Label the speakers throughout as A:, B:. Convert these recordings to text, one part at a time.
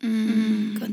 A: Contenido, Mm,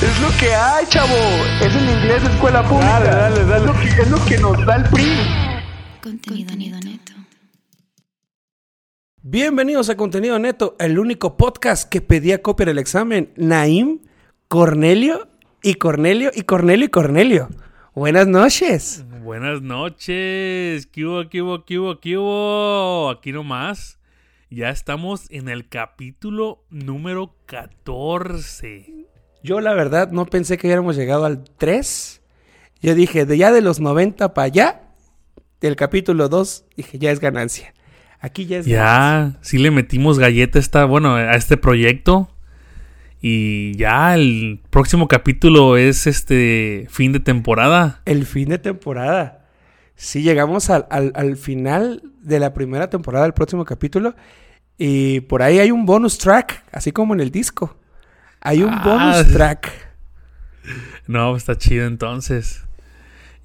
B: Es lo que hay, chavo. Es en inglés escuela pública.
C: Dale, dale, dale.
B: Es lo que, es lo que nos da el PRI.
A: Contenido, neto.
D: Bienvenidos a Contenido Neto, el único podcast que pedía copia del examen. Naim, Cornelio y Cornelio y Cornelio y Cornelio. Buenas noches.
C: Buenas noches. ¿Qué hubo, qué hubo, qué hubo, qué hubo? Aquí nomás. Ya estamos en el capítulo número 14.
D: Yo la verdad no pensé que hubiéramos llegado al 3. Yo dije, de ya de los 90 para allá, del capítulo 2, dije, ya es ganancia. Aquí ya es ganancia.
C: Ya, sí le metimos galleta a esta, bueno, a este proyecto. Y ya el próximo capítulo es este fin de temporada.
D: El fin de temporada. Sí, llegamos al, al- al final de la primera temporada del próximo capítulo. Y por ahí hay un bonus track, así como en el disco. Hay un
C: Ah,
D: bonus
C: sí.
D: track.
C: No, está chido entonces.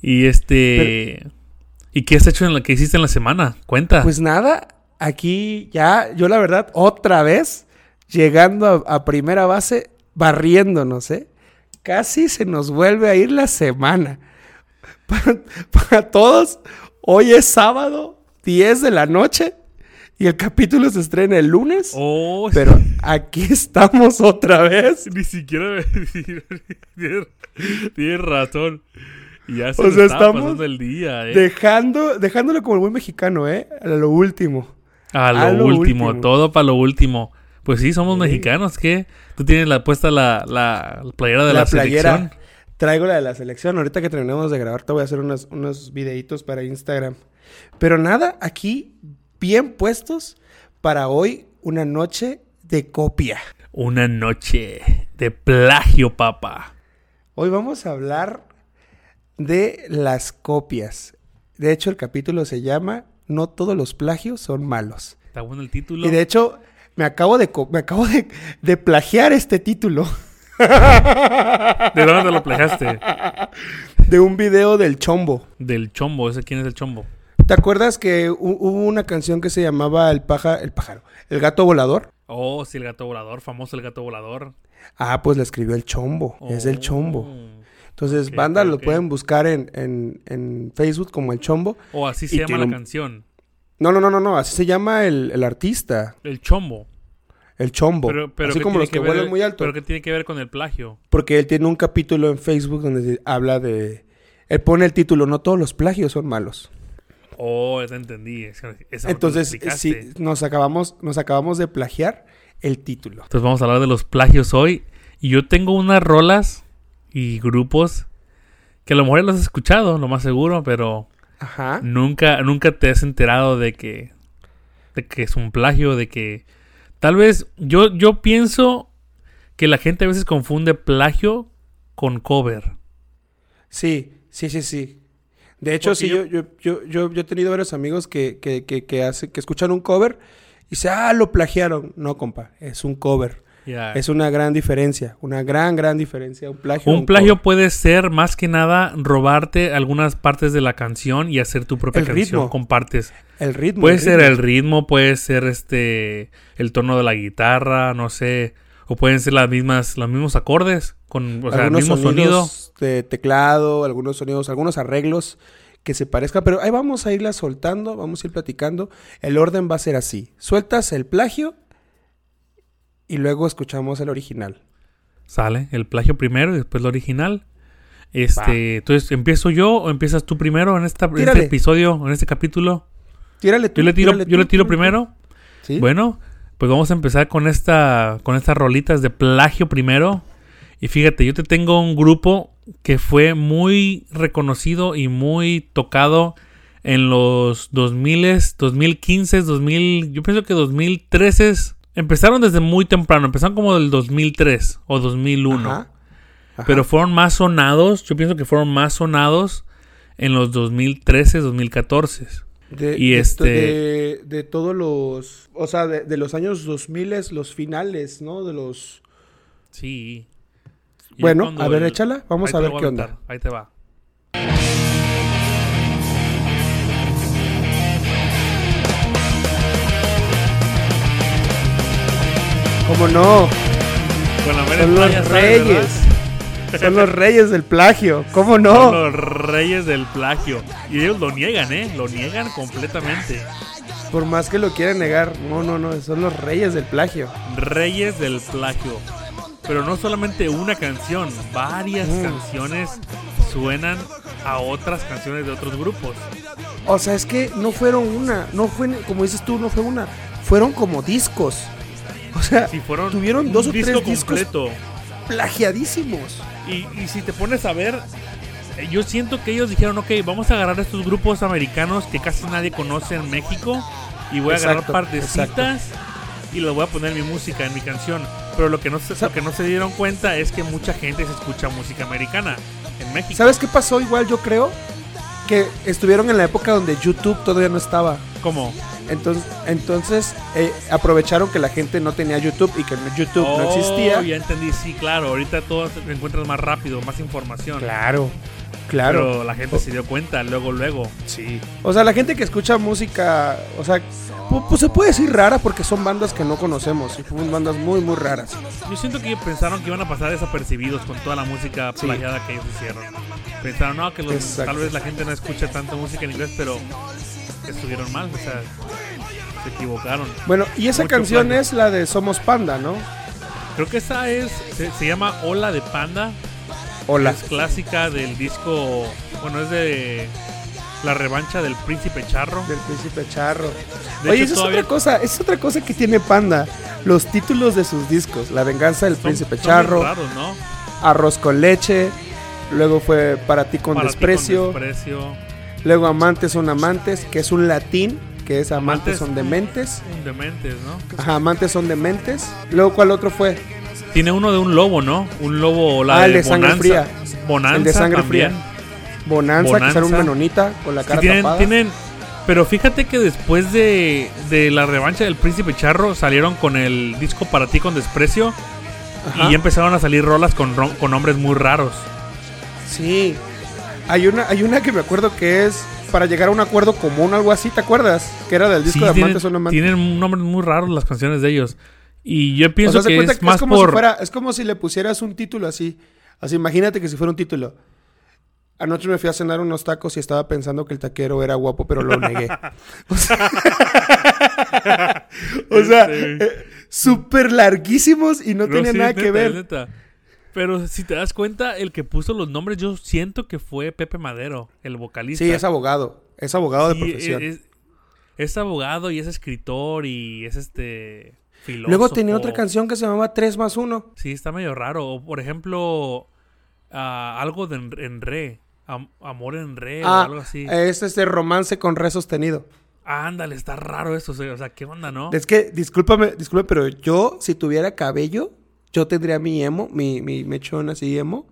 C: Y este. ¿Y qué has hecho en la que hiciste en la semana? Cuenta.
D: Pues nada, aquí ya, yo la verdad, otra vez, llegando a, a primera base, barriéndonos, ¿eh? Casi se nos vuelve a ir la semana. Para, para todos, hoy es sábado, 10 de la noche, y el capítulo se estrena el lunes.
C: oh,
D: Pero aquí estamos otra vez.
C: ni siquiera. tienes, tienes razón. Ya se
D: O
C: nos
D: sea,
C: estaba
D: estamos
C: pasando el día, eh.
D: Dejando, dejándolo como el buen mexicano, ¿eh? A lo último.
C: A lo,
D: a lo
C: último,
D: último.
C: todo para lo último. Pues sí, somos
D: Sí.
C: mexicanos, ¿qué? Tú tienes la puesta la, la playera de la, selección.
D: Traigo la de la selección. Ahorita que terminemos de grabar, te voy a hacer unos, unos videitos para Instagram. Pero nada, aquí bien puestos para hoy una noche de copia.
C: Una noche de plagio, papá.
D: Hoy vamos a hablar de las copias. De hecho, el capítulo se llama No todos los plagios son malos.
C: Está bueno el título.
D: Y de hecho, me acabo de, co- me acabo de, de plagiar este título
C: ¿De dónde te lo plagiaste?
D: de un video del Chombo.
C: Del chombo. ¿Ese quién es el chombo?
D: ¿Te acuerdas que hu- hubo una canción que se llamaba El paja, el pájaro, El gato volador?
C: Oh, sí, el gato volador, famoso el gato volador.
D: Ah, pues la escribió el Chombo, es el
C: Oh.
D: Chombo. Entonces,
C: ok,
D: banda, lo
C: ok.
D: pueden buscar en, en- en Facebook como el Chombo.
C: O así
D: Y
C: se llama
D: tiene
C: la
D: un-
C: canción.
D: No, no, no, no, no, así se llama el, el artista,
C: El chombo.
D: el Chombo.
C: Pero, pero
D: así
C: ¿qué
D: como
C: tiene
D: los que,
C: ver-
D: vuelan muy alto.
C: Pero que tiene que ver con el plagio.
D: Porque él tiene un capítulo en Facebook donde se- habla de... Él pone el título, no todos los plagios son malos.
C: Oh, ya te entendí. es- esa no te lo
D: Entonces, eh,
C: explicaste.
D: sí, nos acabamos, nos acabamos de plagiar el título.
C: Entonces vamos a hablar de los plagios hoy. Y yo tengo unas rolas y grupos que a lo mejor ya los has escuchado, lo más seguro, pero
D: Ajá.
C: nunca, nunca te has enterado de que, de que es un plagio, de que tal vez yo, yo pienso que la gente a veces confunde plagio con cover.
D: Sí, sí, sí, sí. De hecho,
C: Porque
D: sí, yo, yo, yo, yo, yo he tenido varios amigos que, que, que, que hace- que escuchan un cover y dicen, ah, lo plagiaron. No, compa, es un cover.
C: Ya.
D: Es una gran diferencia, una gran, gran diferencia. Un plagio. a
C: un plagio
D: cover.
C: puede ser más que nada robarte algunas partes de la canción y hacer tu propia
D: El
C: canción
D: ritmo.
C: con partes.
D: El ritmo.
C: Puede
D: el
C: ser
D: ritmo.
C: el ritmo, puede ser este el tono de la guitarra, no sé, o pueden ser las mismas los mismos acordes con o sea, el
D: algunos
C: mismo sonido.
D: sonidos de teclado, algunos sonidos, algunos arreglos que se parezcan, pero ahí vamos a irla soltando, vamos a ir platicando. El orden va a ser así: sueltas el plagio y luego escuchamos el original.
C: Sale el plagio primero y después lo original. Este,
D: Va.
C: entonces empiezo yo o empiezas tú primero en esta, en este
D: Tírale.
C: episodio, en este capítulo.
D: Tírale tú.
C: Yo le tiro yo
D: tírale tú,
C: le tiro
D: tírale tú.
C: primero.
D: ¿Sí?
C: Bueno, pues vamos a empezar con esta con estas rolitas de plagio primero. Y fíjate, yo te tengo un grupo que fue muy reconocido y muy tocado en los 2000, 2015, 2000, yo pienso que 2013 empezaron desde muy temprano, empezaron como del 2003 o 2001.
D: Ajá. Ajá.
C: Pero fueron más sonados, yo pienso que fueron más sonados en los 2013, 2014.
D: De,
C: Y
D: de-
C: este-
D: De, de todos los... O sea, de, de los años 2000, los finales, ¿no? De los...
C: Sí. Y
D: Bueno,
C: cuando
D: a ver,
C: el-
D: échala. Vamos
C: Ahí
D: a
C: te
D: ver
C: lo voy
D: qué
C: aventar,
D: onda.
C: Ahí te va.
D: ¿Cómo no?
C: Con la mera playa,
D: Son los
C: ¿sabes, verdad?
D: reyes. Oh. Son los reyes del plagio. ¿Cómo
C: Son
D: no?
C: los reyes del plagio. Y ellos lo niegan, ¿eh? Lo niegan completamente.
D: Por más que lo quieran negar. No, no, no. Son los reyes del plagio.
C: Reyes del plagio. Pero no solamente una canción, varias
D: Mm.
C: canciones suenan a otras canciones de otros grupos.
D: O sea, es que no fueron una. No fue, como dices tú, no fue una. Fueron como discos. O sea,
C: Si fueron
D: tuvieron
C: un
D: dos o
C: disco
D: tres discos
C: completo.
D: plagiadísimos.
C: Y, y si te pones a ver, eh, yo siento que ellos dijeron, ok, vamos a agarrar a estos grupos americanos que casi nadie conoce en México y voy a
D: Exacto,
C: agarrar partecitas y los voy a poner en mi música, en mi canción. Pero lo que, no se, lo que no se dieron cuenta es que mucha gente se escucha música americana en México.
D: ¿Sabes qué pasó? Igual yo creo que estuvieron en la época donde YouTube todavía no estaba.
C: ¿Cómo?
D: Entonces, entonces eh, aprovecharon que la gente no tenía YouTube y que YouTube no
C: Oh,
D: existía.
C: Ya entendí, sí, claro. Ahorita todo te- encuentras más rápido, más información.
D: Claro, claro.
C: Pero la gente se dio cuenta luego, luego.
D: Sí. O sea, la gente que escucha música, o sea, pu- pues se puede decir rara porque son bandas que no conocemos. y Son bandas muy, muy raras.
C: Yo siento que pensaron que iban a pasar desapercibidos con toda la música
D: Sí.
C: plagiada que ellos hicieron. Pensaron, no, que los-
D: Exacto.
C: tal vez la gente no escucha tanto música en inglés, pero estuvieron mal, o sea, se equivocaron.
D: Bueno, y esa
C: Mucho
D: canción
C: plagio.
D: es la de Somos Panda, ¿no?
C: Creo que esa es, se, se llama Ola de Panda,
D: Hola.
C: es clásica del disco, bueno, es de la revancha del Príncipe Charro.
D: Del Príncipe Charro.
C: De
D: Oye,
C: hecho,
D: esa es
C: todavía-
D: otra cosa, esa es otra cosa que tiene Panda. Los títulos de sus discos. La venganza del
C: Son-
D: Príncipe
C: son bien
D: Charro,
C: raros, ¿no?
D: Arroz con leche. Luego fue Para ti con,
C: Para ti
D: desprecio,
C: desprecio.
D: Luego Amantes son amantes, que es un latín, que es Amantes,
C: Amantes-
D: son dementes.
C: Dementes, ¿no?
D: Ajá, Amantes son dementes. Luego, ¿cuál otro fue?
C: Tiene uno de un lobo, ¿no? Un lobo o la
D: Ah, el de sangre
C: Bonanza.
D: fría.
C: Bonanza
D: El de sangre
C: también.
D: fría. Bonanza, que
C: Bonanza.
D: sale un menonita con la
C: Sí,
D: cara
C: tienen,
D: tapada.
C: tienen- pero fíjate que después de, de la revancha del Príncipe Charro salieron con el disco Para ti con desprecio
D: Ajá.
C: y em- ya empezaron a salir rolas con, ro- con nombres muy raros.
D: Sí. Hay una, hay una que me acuerdo que es para llegar a un acuerdo común, algo así, ¿te acuerdas? Que era del disco
C: Sí,
D: de
C: tienen,
D: Amantes son amantes.
C: tienen nombres muy raros las canciones de ellos. Y yo
D: O
C: pienso
D: sea, se
C: que
D: cuenta
C: es más
D: como
C: por...
D: si fuera, es como si le pusieras un título así. Así, imagínate que si fuera un título. Anoche me fui a cenar unos tacos y estaba pensando que el taquero era guapo, pero lo negué. O sea, o sea,
C: Este.
D: eh, súper larguísimos y no,
C: No,
D: tenía
C: sí,
D: nada
C: es
D: que
C: neta, es
D: ver.
C: neta. Pero si te das cuenta, el que puso los nombres, yo siento que fue Pepe Madero, el vocalista.
D: Sí, es abogado. Es abogado
C: Sí,
D: de profesión.
C: Es, es abogado y es escritor y es este filósofo.
D: Luego tenía otra canción que se llamaba 3 más 1.
C: Sí, está medio raro. O, por ejemplo, ah, algo de en, en re. Am- amor en re o
D: Ah,
C: algo así.
D: es este romance con re sostenido.
C: Ándale, está raro eso. O sea, o sea, ¿qué onda, no?
D: Es que, discúlpame, disculpe, pero yo, si tuviera cabello, yo tendría mi emo, mi, mi mechón así emo.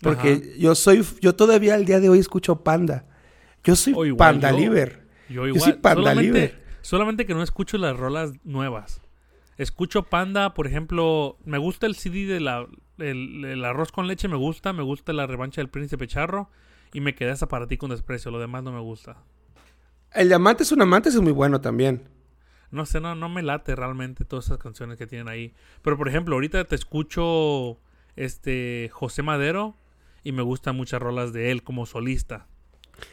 D: Porque
C: Ajá.
D: yo soy, yo todavía al día de hoy escucho panda. Yo soy
C: O Oh, igual
D: panda
C: yo.
D: liber.
C: Yo
D: Yo
C: igual.
D: soy Panda
C: solamente,
D: Libre.
C: solamente que no escucho las rolas nuevas. Escucho Panda, por ejemplo, me gusta el CD de la el, el arroz con leche me gusta, me gusta la revancha del príncipe charro y me quedé hasta para ti con desprecio, lo demás no me gusta.
D: El de amante es un amante, es muy bueno también.
C: No sé, no, no me late realmente todas esas canciones que tienen ahí. Pero por ejemplo, ahorita te escucho este José Madero y me gustan muchas rolas de él como solista.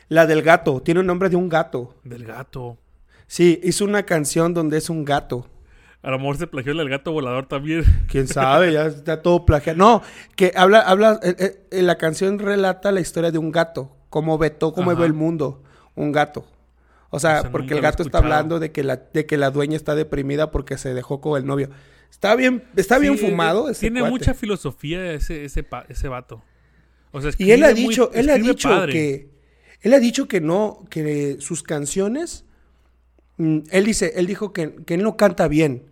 D: La del gato, tiene un nombre de un gato.
C: Del gato.
D: Sí, hizo una canción donde es un gato.
C: A lo mejor se plagió el del gato volador también.
D: Quién sabe, ya está todo plagiado. No, que habla, habla, eh, eh, eh, la canción relata la historia de un gato, cómo ve todo, cómo
C: Ajá.
D: ve el mundo, un gato. O sea,
C: Esa nunca
D: porque el
C: la he
D: gato está
C: escuchado.
D: hablando de que la, de que la dueña está deprimida porque se dejó con el novio. Está bien, está bien
C: Sí, eh,
D: fumado. Ese
C: tiene
D: cuate.
C: mucha filosofía ese, ese, pa- ese vato. O sea,
D: Y él ha
C: escribe muy-
D: dicho, él ha
C: escribe
D: dicho
C: padre.
D: que, él ha dicho que no, que sus canciones, mm, él dice, él dijo que, que él no canta bien.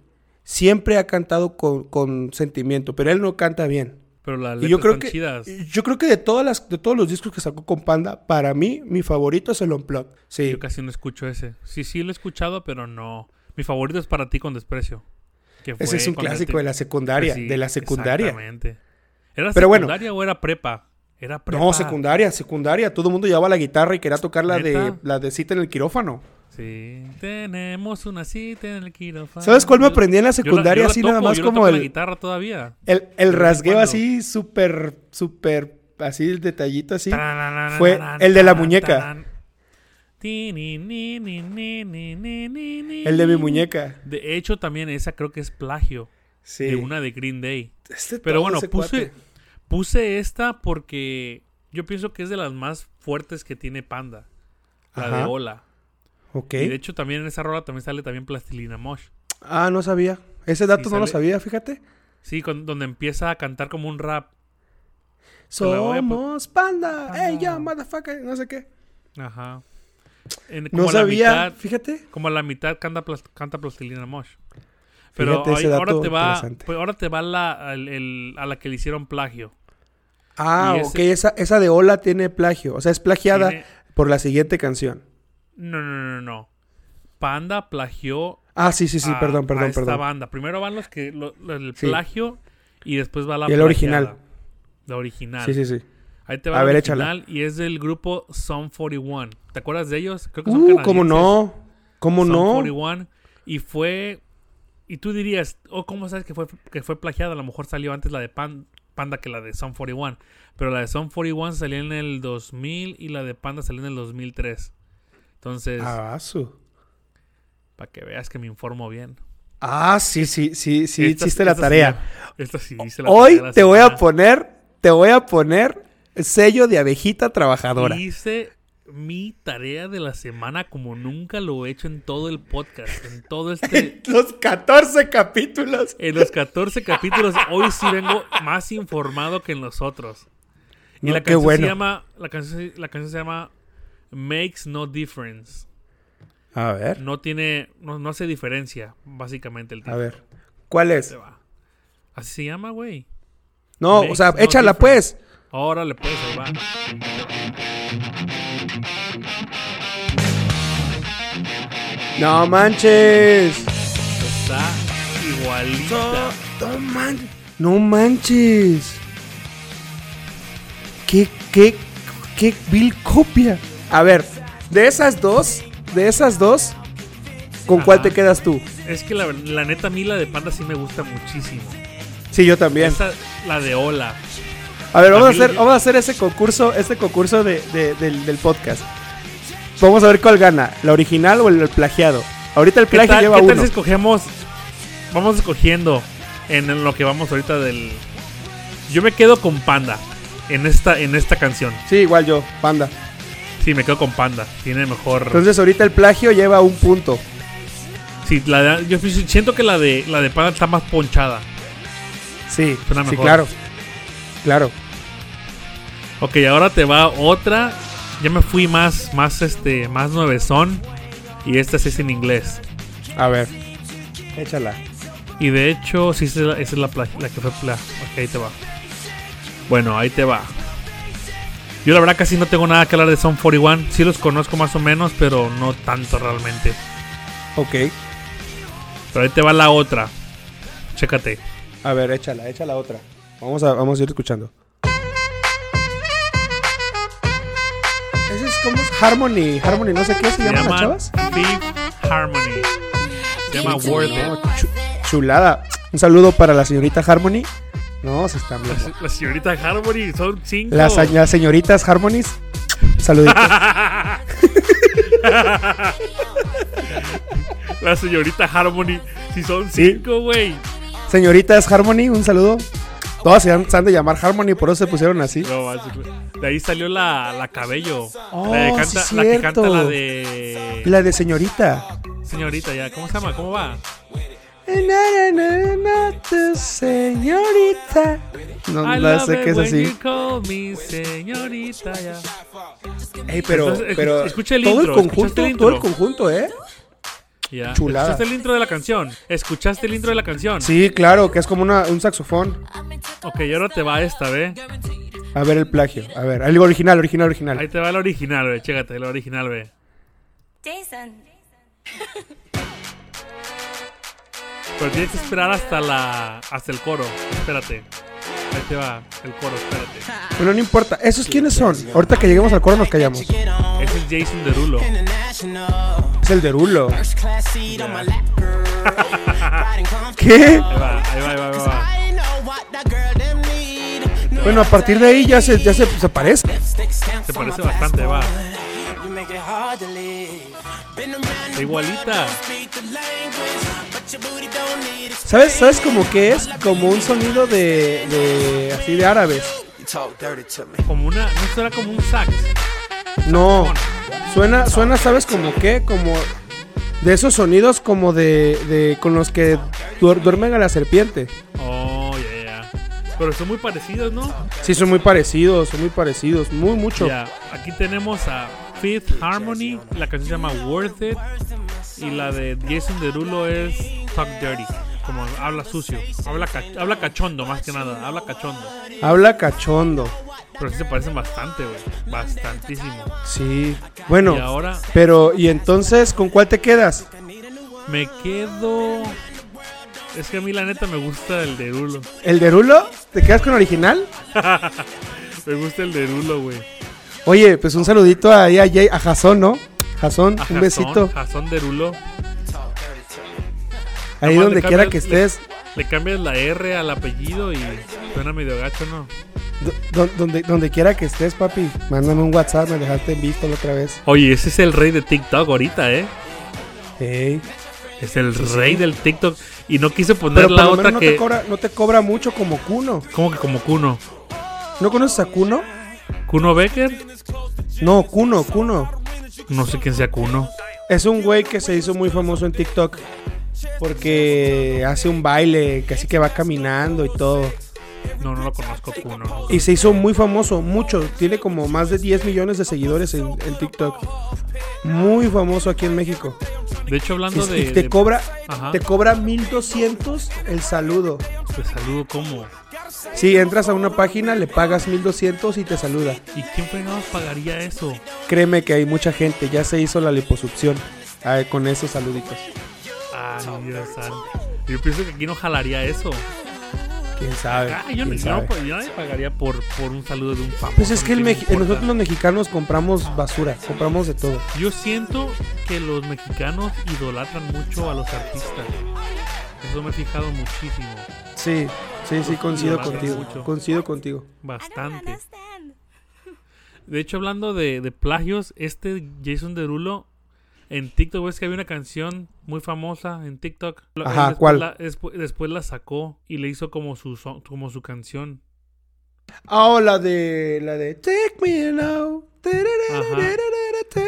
D: Siempre ha cantado con, con sentimiento, pero él no canta bien.
C: Pero las
D: Y
C: letras
D: yo creo
C: están
D: que
C: chidas.
D: yo creo que de todas las de todos los discos que sacó con Panda, para mí mi favorito es el Unplugged. Sí.
C: Yo casi no escucho ese. Sí, sí lo he escuchado, pero no. Mi favorito es Para ti con desprecio. que
D: Ese
C: fue
D: es un
C: cuando
D: clásico
C: te-
D: de la secundaria,
C: Sí,
D: de la secundaria.
C: Exactamente. ¿Era
D: Pero bueno.
C: secundaria o era prepa? Era prepa.
D: No, secundaria, secundaria, todo el mundo llevaba la guitarra y quería tocar la de
C: ¿Neta?
D: la de cita en el quirófano.
C: Sí. Tenemos una cita en el quirófano.
D: ¿Sabes cuál me
C: Yo-
D: aprendí en la
C: yo la-
D: secundaria
C: yo la
D: así
C: toco,
D: nada más
C: yo la
D: como
C: toco la
D: el
C: guitarra todavía.
D: el, el
C: vez en
D: rasgueo
C: cuando.
D: así súper súper así el detallito así.
C: Tarararán,
D: Fue
C: tarán,
D: el de la
C: tarán,
D: muñeca.
C: tarán. Ti, ni, ni, ni, ni, ni, ni, ni, ni,
D: El de mi
C: ni.
D: muñeca.
C: De hecho, también esa creo que es plagio
D: Sí.
C: de una de Green Day.
D: Este
C: Pero
D: todo
C: bueno,
D: ese
C: puse,
D: cuate.
C: puse esta porque yo pienso que es de las más fuertes que tiene Panda. La de
D: Ajá.
C: Ola.
D: Ok.
C: Y de hecho también en esa rola también sale también Plastilina Mosh.
D: Ah, no sabía. Ese dato no lo
C: sale-
D: sabía, fíjate.
C: Sí, con- donde empieza a cantar como un rap. la voy a pon-
D: Somos panda.
C: Panda.
D: Ey, ya, motherfucker. No sé qué.
C: Ajá. En-
D: No
C: como a la
D: sabía.
C: mitad-
D: Fíjate.
C: Como a la mitad canta, plas- canta Plastilina Mosh. Pero
D: Fíjate ese
C: ahí- ahora
D: dato
C: te va,
D: interesante.
C: pues ahora te va la, al- el- a la que le hicieron plagio.
D: Ah,
C: Y ese-
D: ok. Esa, esa de Ola tiene plagio. O sea, es plagiada
C: Tiene-
D: por la siguiente canción.
C: No, no, no, no, no. Panda plagió
D: Ah, sí, sí, sí.
C: a-
D: perdón,
C: a
D: perdón,
C: esta
D: perdón.
C: banda. Primero van los que lo- lo- el
D: Sí.
C: plagio y después va la
D: Y el original.
C: plagiada. La original.
D: Sí, sí, sí.
C: Ahí te va
D: A
C: la
D: ver, échala.
C: original y es del grupo Sum 41. ¿Te acuerdas de ellos? Creo que son
D: Uh, ¿cómo
C: canadienses.
D: no? ¿Cómo
C: Sum
D: no?
C: 41 y fue y tú dirías, "Oh, ¿cómo sabes que fue que fue plagiada? A lo mejor salió antes la de Pan- Panda que la de Sum 41, pero la de Sum 41 salió en el 2000 y la de Panda salió en el 2003. Entonces,
D: Ah, su.
C: para que veas que me informo bien.
D: Ah, sí, sí, sí, sí.
C: Esta-
D: hiciste la
C: esta sí
D: tarea.
C: la- esta sí hice la
D: Hoy
C: tarea de la
D: te voy a
C: semana.
D: poner, te voy a poner sello de abejita trabajadora.
C: Hice mi tarea de la semana como nunca lo he hecho en todo el podcast, en todo este
D: Los 14 capítulos.
C: En los 14 capítulos, hoy sí vengo más informado que en los otros. Y
D: No,
C: la
D: qué
C: canción
D: bueno.
C: se llama. La canción, se- la canción se llama Makes No Difference.
D: A ver.
C: No tiene. No, no hace diferencia, básicamente el
D: A
C: título.
D: ver, ¿cuál es?
C: Te va. Así se llama, güey.
D: No,
C: Makes
D: o sea,
C: no
D: échala
C: difference.
D: pues.
C: Ahora le puedes ahí va.
D: No manches.
C: Está igualita.
D: No man- No manches. ¿Qué, qué, qué vil copia? A ver, de esas dos, de esas dos, ¿con cuál
C: Ajá.
D: te quedas tú?
C: Es que la, la neta, a mí la de Panda sí me gusta muchísimo.
D: Sí, yo también.
C: Esa, la de Ola.
D: A ver, vamos a,
C: También
D: hacer,
C: yo-
D: vamos a hacer ese concurso, este concurso de- de- del, del podcast. Vamos a ver cuál gana, la original o el, plagiado. Ahorita el
C: ¿Qué
D: plagio
C: tal,
D: lleva
C: qué tal
D: uno.
C: si escogemos? Vamos escogiendo en en lo que vamos ahorita del. Yo me quedo con Panda en esta, en esta canción.
D: Sí, igual yo, panda.
C: Sí, me quedo con Panda. Tiene mejor.
D: Entonces ahorita el plagio lleva un punto.
C: sí, la de- yo siento que la de la de Panda está más ponchada.
D: Sí,
C: Suena
D: sí,
C: mejor.
D: claro. Claro.
C: Ok, ahora te va otra. Ya me fui más, más este, más nuevezón. Y esta sí es en inglés.
D: A ver. Échala.
C: Y de hecho, sí, esa es la, esa es la, pla- la que fue pla- Ok, ahí te va. Bueno, ahí te va. Yo la verdad casi no tengo nada que hablar de Sound 41. Sí los conozco más o menos, pero no tanto realmente.
D: Ok.
C: Pero ahí te va la otra. Chécate.
D: A ver, échala, échala otra. Vamos a, vamos a ir escuchando. Ese es como es Harmony. Harmony, no sé qué se
C: Se
D: llaman las
C: llama
D: chavas.
C: Fifth Harmony. Se llama Worth
D: No,
C: It.
D: chu- chulada. Un saludo para la señorita Harmony. No, se están viendo.
C: La señorita Harmony, son cinco.
D: Las, sa- las señoritas Harmonies. Saludito.
C: La señorita Harmony, si son
D: Sí.
C: cinco, güey.
D: señoritas Harmony, un saludo. Todas se han, se han de llamar Harmony, por eso se pusieron así.
C: No, así que- de ahí salió la, la cabello.
D: Oh,
C: la, de
D: sí,
C: la que
D: cierto.
C: canta la de.
D: La de señorita.
C: Señorita, ya. ¿Cómo se llama? ¿Cómo va?
D: Na, na, na, na, tu señorita. No,
C: I
D: no
C: love
D: sé
C: it
D: qué es
C: when
D: así.
C: you call me señorita, ya.
D: Ey, pero,
C: Entonces, escu-
D: pero
C: escucha el
D: todo
C: intro,
D: el conjunto,
C: ¿escuchaste el
D: todo el
C: intro?
D: conjunto, ¿eh?
C: Ya.
D: Chulada.
C: ¿Escuchaste el intro de la canción? ¿Escuchaste el intro de la canción?
D: Sí, claro, que es como una- un saxofón.
C: Ok, y ahora te va esta, ¿ve?
D: A ver el plagio. A ver, algo original, original,
C: Ahí
D: original.
C: te va la original, ve. Chécate, la original, ve.
E: Jason.
C: Pero tienes que esperar hasta la hasta el coro. Espérate. Ahí te va el coro, espérate.
D: Bueno, no importa. ¿Esos quiénes son? Ahorita que lleguemos al coro nos callamos.
C: Ese es Jason Derulo.
D: Es el derulo. ¿Qué?
F: ¿Qué?
C: Ahí va, ahí va, ahí va, ahí va.
D: Bueno, a partir de ahí ya se, ya se, se parece.
F: Se
C: parece bastante, va. Igualita.
D: ¿Sabes, ¿Sabes cómo que es? Como un sonido de, de así de árabes.
C: Como una. No será como un sax.
D: No. Suena, suena, ¿sabes como qué? Como de esos sonidos como de, de con los que duer- duermen a la serpiente.
C: Oh, ya, ya. Pero son muy parecidos, ¿no?
D: Sí, son muy parecidos, son muy parecidos, muy mucho.
C: Ya, aquí tenemos a Fifth Harmony, la canción se llama Worth It y la de Jason Derulo es Talk Dirty, como habla sucio, habla, ca- habla cachondo más que nada, habla cachondo.
D: Habla cachondo.
C: Pero sí se parecen bastante, güey, bastantísimo.
D: Sí. Bueno,
C: Y ahora
D: pero ¿y entonces con cuál te quedas?
C: me quedo... Es que a mí la neta me gusta el Derulo,
D: ¿El derulo? ¿Te quedas con original?
C: me gusta el Derulo, güey.
D: Oye, pues un saludito ahí a Jay, a Jason, ¿no? Jason,
C: A
D: un
C: Jason,
D: besito.
C: Jason Derulo. Nomás le
D: Ahí donde quiera
C: cambias-
D: que estés,
C: Le, le cambias la R al apellido y suena medio gacho, ¿no?
D: do- do- donde donde quiera que estés, papi, mándame un WhatsApp, me dejaste en visto la otra vez.
C: Oye, ese es el rey de TikTok ahorita, ¿eh?
D: Ey.
C: Es el rey del TikTok. Y no quise poner
D: Pero por
C: la
D: lo menos
C: otra
D: no,
C: que.
D: te cobra, no te cobra mucho como Kuno.
C: ¿Cómo que como Kuno?
D: ¿No conoces a Kuno?
C: ¿Kuno Becker?
D: No, Kuno, Kuno.
C: No sé quién sea Kuno.
D: Es un güey que se hizo muy famoso en TikTok porque hace un baile, casi que va caminando y todo.
C: No, no lo conozco, Kuno. no.
D: Y se hizo muy famoso, mucho. Tiene como más de 10 millones de seguidores en, en TikTok. Muy famoso aquí en México.
C: De hecho, hablando
D: Es-
C: de.
D: y te
C: de-
D: cobra,
C: Ajá.
D: te cobra 1200 el saludo.
C: Te pues, saludo, ¿cómo?
D: Si entras a una página, le pagas 1200 y te saluda.
C: ¿Y quién fregados pagaría eso?
D: Créeme que hay mucha gente, ya se hizo la liposucción ah, con esos saluditos.
C: Ay, Ah, Dios santo. Yo pienso que aquí no jalaría eso.
D: ¿Quién sabe?
C: Ah, yo, no,
D: quién
C: yo no-
D: sabe.
C: yo nadie pagaría por, por un saludo de un famoso.
D: Pues es que el
C: ¿qué me
D: Meji- eh,
C: importa?
D: nosotros los mexicanos compramos basura, compramos de todo.
C: Yo siento que los mexicanos idolatran mucho a los artistas. Eso me he fijado muchísimo.
D: Sí, sí, sí, coincido
C: Idolatran
D: contigo.
C: Pues, mucho.
D: Coincido contigo.
C: Bastante.
E: understand.
C: De hecho, hablando de, de plagios, este Jason Derulo en TikTok, ves que había una canción muy famosa en TikTok. Lo-
D: Ajá,
C: él después
D: ¿cuál?
C: la- despu- después, la sacó y le hizo como su, son- como su canción.
D: Ah, o la de. La de. Take me now.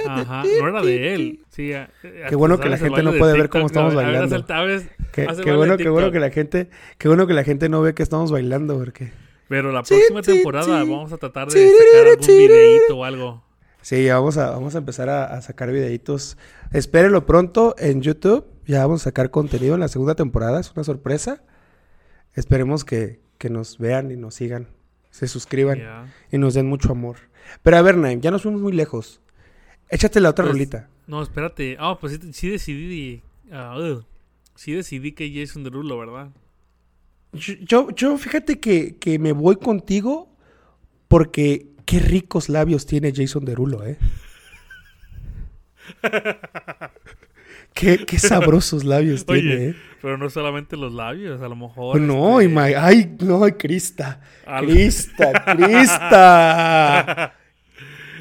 C: Ajá, no era de él. Sí, a- a-
D: bueno que
C: ¿sabes
D: la
C: el
D: gente
C: baile
D: no
C: de
D: puede ver
C: TikTok?
D: cómo estamos
C: No, a ver,
D: bailando.
C: haz el- a ver,
D: Qué,
C: haz el
D: qué
C: baile
D: bueno,
C: de
D: qué bueno
C: TikTok.
D: que la gente. Qué bueno que la gente no ve que estamos bailando, porque.
C: Pero la
D: Sí,
C: próxima
D: sí,
C: temporada
D: sí.
C: vamos a tratar
D: Sí,
C: de sacar algún
D: sí, sí.
C: videíto o algo.
D: Sí, ya vamos a, vamos a empezar a, a sacar videitos. Espérenlo pronto en YouTube. Ya vamos a sacar contenido en la segunda temporada. Es una sorpresa. Esperemos que, que nos vean y nos sigan. Se suscriban
C: Ya.
D: y nos den mucho amor. Pero a ver, Naim, ya nos fuimos muy lejos. Échate la otra
C: Pues-
D: rolita.
C: No, espérate. Ah, pues sí, sí decidí. ah, ugh. sí decidí que Jason Derulo, ¿verdad?
D: Yo, yo, yo fíjate que, que me voy contigo porque qué ricos labios tiene Jason Derulo, ¿eh? qué, qué sabrosos labios tiene,
C: Oye,
D: ¿eh?
C: pero no solamente los labios, a lo mejor.
D: No,
C: este,
D: ima- ay, no, ay, Crista.
C: Al-
D: Crista, Crista.
C: este,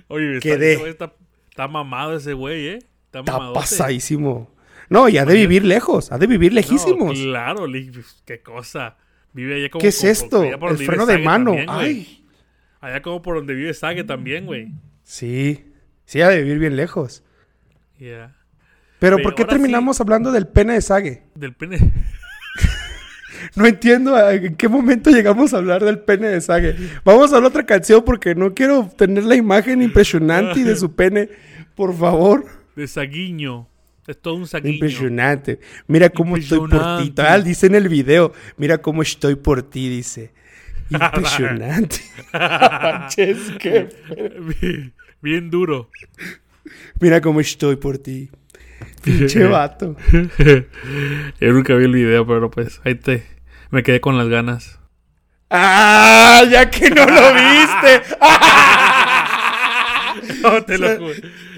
C: Oye, está,
D: quedé.
C: ese güey está, está mamado ese güey, ¿eh? Está
D: Está
C: mamado.
D: pasadísimo. No, y ha de vivir lejos, ha de vivir lejísimos.
C: claro, li- qué cosa. Vive allá como.
D: ¿Qué es
C: como-
D: esto?
C: allá por
D: El
C: donde vive
D: freno de
C: Sage
D: mano.
C: también, güey.
D: Ay.
C: Allá como por donde vive Sage también, güey.
D: Sí, sí, ha de vivir bien lejos.
C: Ya.
D: Pero,
C: Pero
D: ¿por qué
C: ahora
D: terminamos hablando del pene de Sage?
C: Del pene.
D: No entiendo a- en qué momento llegamos a hablar del pene de Sage. Vamos a la otra canción porque no quiero tener la imagen impresionante de su pene. Por favor.
C: De Saguiño. Es todo un saquillo.
D: Impresionante. Mira cómo estoy por ti. Tal, dice en el video. Mira cómo estoy por ti, dice. Impresionante. Manches, qué-
C: bien, bien duro.
D: Mira cómo estoy por ti. Pinche vato.
C: Yo nunca vi el video, pero pues ahí te... Me quedé con las ganas.
D: ¡Ah! Ya que no lo viste.
C: No, te lo
D: Se-
C: juro.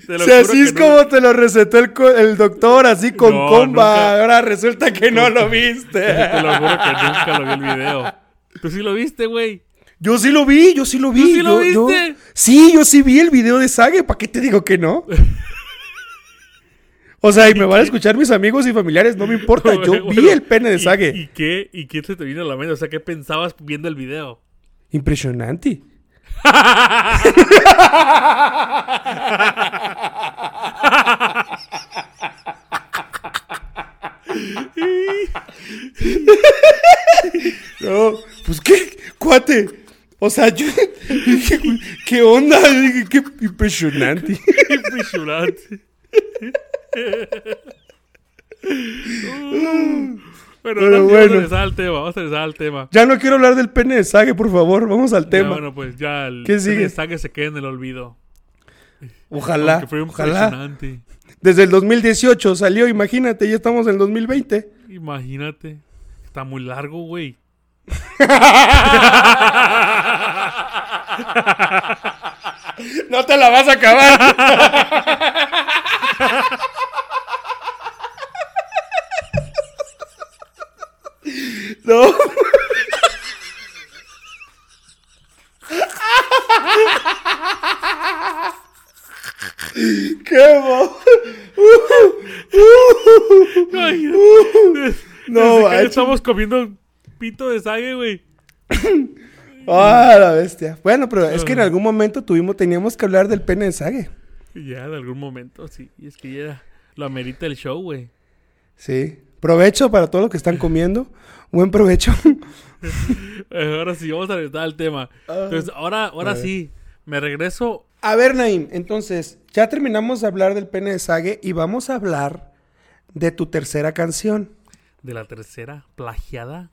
C: Te
D: O
C: lo
D: sea,
C: juro
D: así
C: que
D: es
C: no-
D: como te lo recetó el, co- el doctor, así con
C: No,
D: comba.
C: nunca.
D: Ahora resulta que no lo
C: Te
D: viste.
C: lo juro que nunca lo vi el video. Tú sí lo viste, güey.
D: Yo sí lo vi, yo sí lo vi.
C: ¿Tú sí lo
D: yo- yo-
C: viste?
D: sí, yo sí vi el video de Sage. ¿Para qué te digo que no? O sea, y me van a escuchar mis amigos y familiares, no me importa. Yo vi
C: Bueno,
D: el pene de
C: ¿y-
D: Sage.
C: ¿Y, qué, ¿Y qué se te vino a la mente? O sea, ¿qué pensabas viendo el video?
D: Impresionante. No, pues qué, cuate. O sea, yo dije, güey, ¿qué onda? Yo dije, qué impresionante.
C: Impresionante. Uh, bueno,
D: Pero
C: no, vamos
D: bueno.
C: a regresar al tema. Vamos a regresar al tema.
D: Ya no quiero hablar del pene de Sage, por favor, vamos al
C: Ya,
D: tema.
C: bueno, pues ya. El,
D: ¿Qué sigue?
C: Está que se quede en el olvido.
D: Ojalá,
C: Aunque fue
D: ojalá.
C: impresionante.
D: Desde el 2018 salió, imagínate, ya estamos en el 2020.
C: Imagínate. Está muy largo, güey.
D: No te la vas a acabar. No. ¡Qué bo... Uh, No,
C: Desde que
D: macho.
C: estamos comiendo pito de sague, güey.
D: ¡Ah, la bestia! Bueno, pero es que en algún momento tuvimos, teníamos que hablar del pene de Sage.
C: Ya, en algún momento, sí. Y es que ya lo amerita el show, güey.
D: Sí. Provecho para todos los que están comiendo. Buen provecho.
C: Eh, Ahora sí, vamos a regresar al tema.
D: Ah.
C: Entonces, ahora, ahora sí, me regreso.
D: A ver, Naim, entonces, ya terminamos de hablar del pene de Sage y vamos a hablar de tu tercera canción.
C: De la tercera plagiada.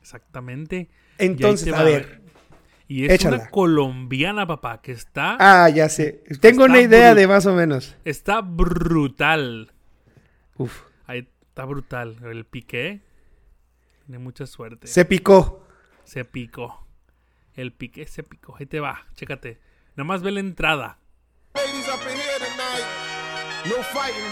C: Exactamente.
D: Entonces,
C: Y ahí te
D: a
C: va.
D: ver.
C: Y es
D: échala.
C: una colombiana, papá, que está,
D: Ah, ya sé. Tengo
C: Está
D: una idea
C: brutal.
D: de más o menos.
C: está brutal.
D: Uf.
C: Ahí está brutal. El piqué. Tiene mucha suerte.
D: Se picó.
C: Se picó. El piqué se picó. Ahí te va, chécate. Nada más ve la entrada.
F: Ladies up in here tonight. No fighting.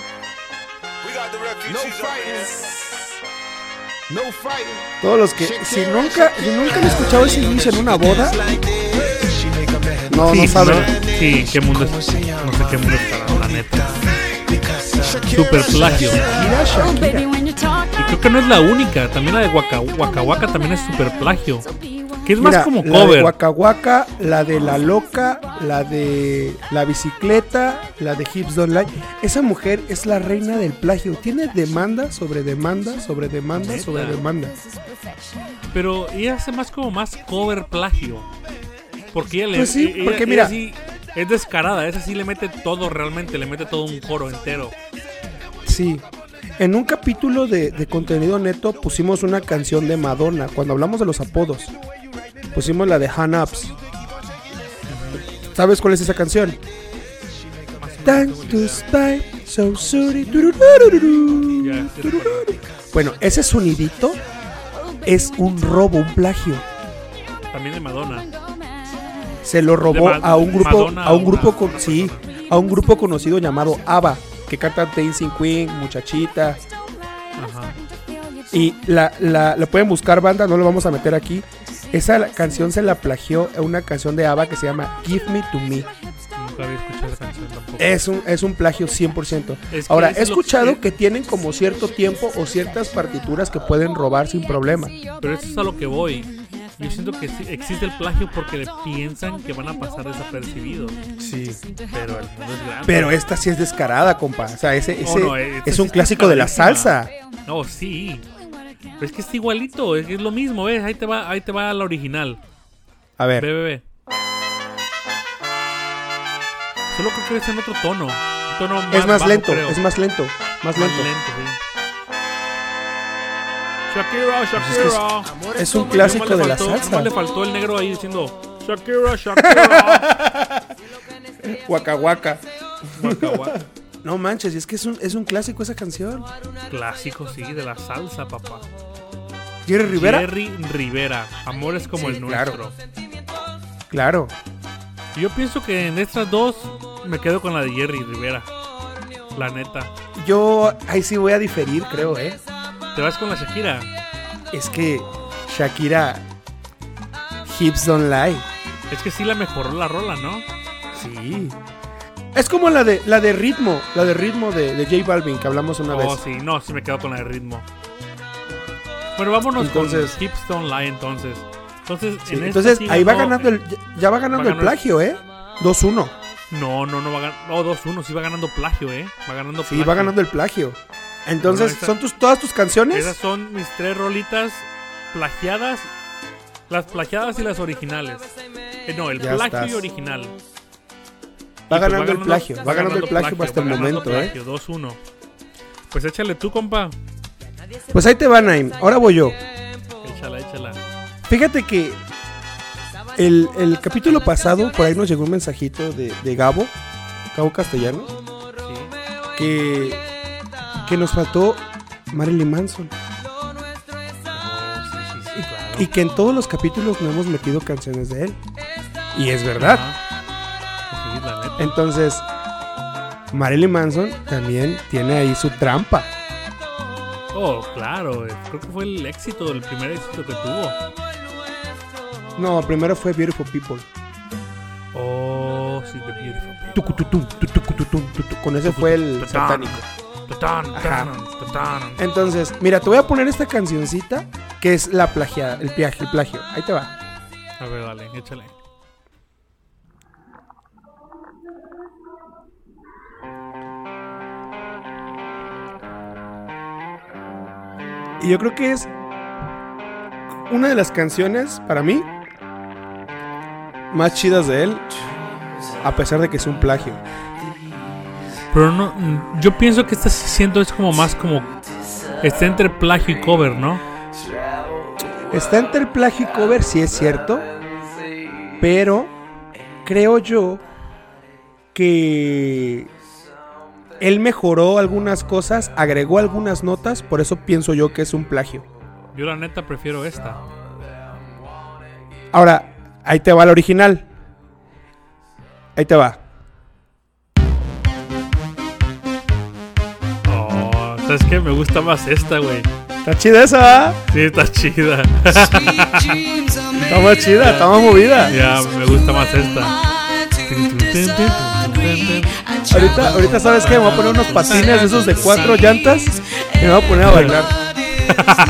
G: We got the
F: No
G: refugees up in
F: fighting.
G: here.
F: No fighting.
D: Todos los que. Si nunca, si nunca han escuchado ese inicio en una boda, no, no saben.
C: Sí, qué mundo es. No sé qué mundo estará, la neta. Super plagio.
D: Mira, Shakira.
C: Y creo que no es la única. También la de Waka Waka Waka también es super plagio. Que es más
D: Mira,
C: como
D: la de
C: cover.
D: Guacahuaca, la de La Loca, la de La Bicicleta, la de Hips Don't Lie. Esa mujer es la reina del plagio. Tiene demanda sobre demanda, sobre demanda,
C: Neta.
D: sobre demanda.
C: Pero ella hace más como más cover plagio. Porque ella le.
D: Pues sí,
C: ella-
D: porque
C: ella
D: mira-
C: sí es descarada. Esa sí le mete todo realmente. Le mete todo un coro entero.
D: Sí. En un capítulo de, de contenido neto pusimos una canción de Madonna. Cuando hablamos de los apodos, pusimos la de Han Ups. ¿Sabes cuál es esa canción? Thanks to Spy, so sorry. turururururu.
C: Ya, sí recuerdo.
D: Bueno, ese sonidito es un robo, un plagio.
C: También de Madonna.
D: Se lo robó
C: De Ma-
D: a un grupo,
C: Madonna
D: a un
C: o
D: grupo
C: una-
D: con,
C: una
D: sí, a un grupo conocido llamado ABBA, que canta Dancing Queen, Muchachita.
C: Ajá.
D: Y la, la, la pueden buscar banda, no lo vamos a meter aquí. Esa la- canción se la plagió a una canción de ABBA que se llama Give Me to Me.
C: Nunca había escuchado esa canción tampoco.
D: Es un, es un plagio 100%.
C: Es que
D: Ahora,
C: es
D: he
C: lo-
D: escuchado
C: es-
D: que tienen como cierto tiempo o ciertas partituras que pueden robar sin problema.
C: Pero eso es a lo que voy. Yo siento que sí existe el plagio porque le piensan que van a pasar desapercibidos.
D: Sí.
C: Pero el mundo es grande.
D: Pero esta sí es descarada, compa. O sea, ese,
C: No,
D: ese
C: Oh, no, esta
D: es
C: sí
D: un
C: está
D: clásico de la
C: clarísima.
D: salsa.
C: No, sí. Pero es que es igualito, es, es lo mismo, ¿ves? Ahí te va, ahí te va la original.
D: A ver.
C: Ve, ve, ve. Solo creo que es en otro tono. No tono más
D: es más
C: bajo,
D: lento,
C: creo.
D: es más lento, más lento.
C: sí. Shakira,
D: Pues es que es-
C: Shakira.
D: Es un
C: Nomás le
D: clásico de la
C: faltó- nomás
D: salsa.
C: le faltó el negro ahí diciendo Shakira, Shakira.
D: Guacahuaca.
C: Guaca, guaca.
D: No manches, y es que es un, es un clásico esa canción.
C: Clásico, sí, de la salsa, papá.
D: Jerry Rivera.
C: Jerry Rivera. Amores como el nuestro.
D: Claro.
C: Yo pienso que en estas dos me quedo con la de Jerry Rivera. La neta.
D: Yo ahí sí voy a diferir, creo, ¿eh?
C: ¿Te vas con la Shakira?
D: Es que Shakira Hips Don't Lie.
C: Es que sí la mejoró la rola, ¿no?
D: Sí. Es como la de la de ritmo, la de ritmo de, de J Balvin que hablamos una
C: Oh,
D: vez.
C: sí, no, sí me quedo con la de ritmo. Pero vámonos
D: Entonces-
C: con Hipstone Lie entonces. Entonces,
D: Sí,
C: en esta
D: Entonces
C: sí
D: ahí va
C: ganó- eh.
D: ganando el ya- ya va ganando
C: va
D: el
C: ganando-
D: plagio, ¿eh? 2-1.
C: No, no, no va ganando. No, 2-1, sí va ganando plagio, ¿eh? Va ganando
D: Sí,
C: plagio.
D: va ganando el plagio. Entonces,
C: Bueno, esa-
D: ¿son tus todas tus
C: Esas
D: canciones?
C: son mis tres rolitas plagiadas. Las plagiadas y las originales. Eh, no, el
D: Ya
C: plagio
D: estás.
C: y original.
D: Va
C: Y pues
D: ganando el plagio, va ganando el plagio hasta el
C: va ganando
D: momento, ¿eh?
C: plagio, 2-1. Pues échale tú, compa.
D: Pues ahí te va, Naim. Ahora voy yo.
C: Échala, échala.
D: Fíjate que el, el capítulo pasado, por ahí nos llegó un mensajito de, de Gabo, Gabo Castellano,
C: Sí.
D: que, que nos faltó Marilyn Manson.
C: Oh, sí, sí, sí, claro.
D: Y que en todos los capítulos no hemos metido canciones de él. Y es verdad.
C: Ah. Ajá. Sí, la neta.
D: Entonces, Marilyn Manson también tiene ahí su trampa.
C: Oh, claro, eh, creo que fue el éxito, el primer éxito que tuvo.
D: No, primero fue Beautiful People.
C: Oh, sí, The Beautiful People.
D: Tucututum, tucutucutum, tucu- Con ese fue el satánico.
C: Tatán,
D: Ajá.
C: tatán, tatán.
D: Entonces, mira, te voy a poner esta cancioncita que es la plagiada, el plagio, el plagio. Ahí te va.
C: A ver, dale, échale.
D: Y yo creo que es una de las canciones, para mí, más chidas de él, a pesar de que es un plagio.
C: Pero no, mm, yo pienso que estás siendo es como más como está entre plagio y cover, ¿no?
D: Está entre el plagio y cover, sí es cierto, pero creo yo que él mejoró algunas cosas, agregó algunas notas, por eso pienso yo que es un plagio.
C: Yo la neta prefiero esta.
D: Ahora, ahí te va la original. Ahí te va.
C: Oh, sabes que me gusta más esta, güey.
D: Está chida esa, ¿ah?
C: Sí, está chida.
D: está más chida, está más movida.
C: ya, me gusta más esta.
D: Ahorita, ahorita sabes que me voy a poner unos patines de esos de cuatro llantas y me voy a poner a bailar.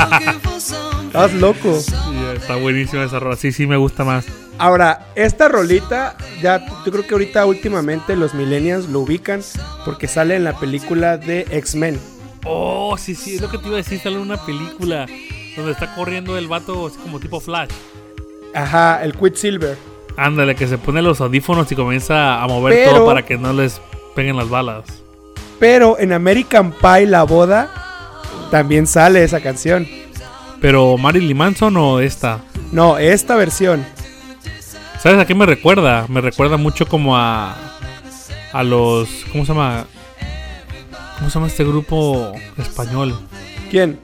D: Estás loco.
C: Ya, está buenísima esa rola. Sí, sí, me gusta más.
D: Ahora, esta rolita, ya yo creo que ahorita últimamente los millennials lo ubican porque sale en la película de X-Men.
C: Oh, sí, sí, es lo que te iba a decir. Sale una película donde está corriendo el vato así como tipo Flash.
D: Ajá, el Quicksilver.
C: Ándale, que se pone los audífonos y comienza a mover
D: Pero-
C: todo para que no les peguen las balas.
D: Pero en American Pie, la boda, también sale esa canción.
C: Pero Marilyn Manson o esta?
D: No, esta versión.
C: ¿Sabes a qué me recuerda? Me recuerda mucho como a. A los. ¿Cómo se llama? ¿Cómo se llama este grupo español?
D: ¿Quién?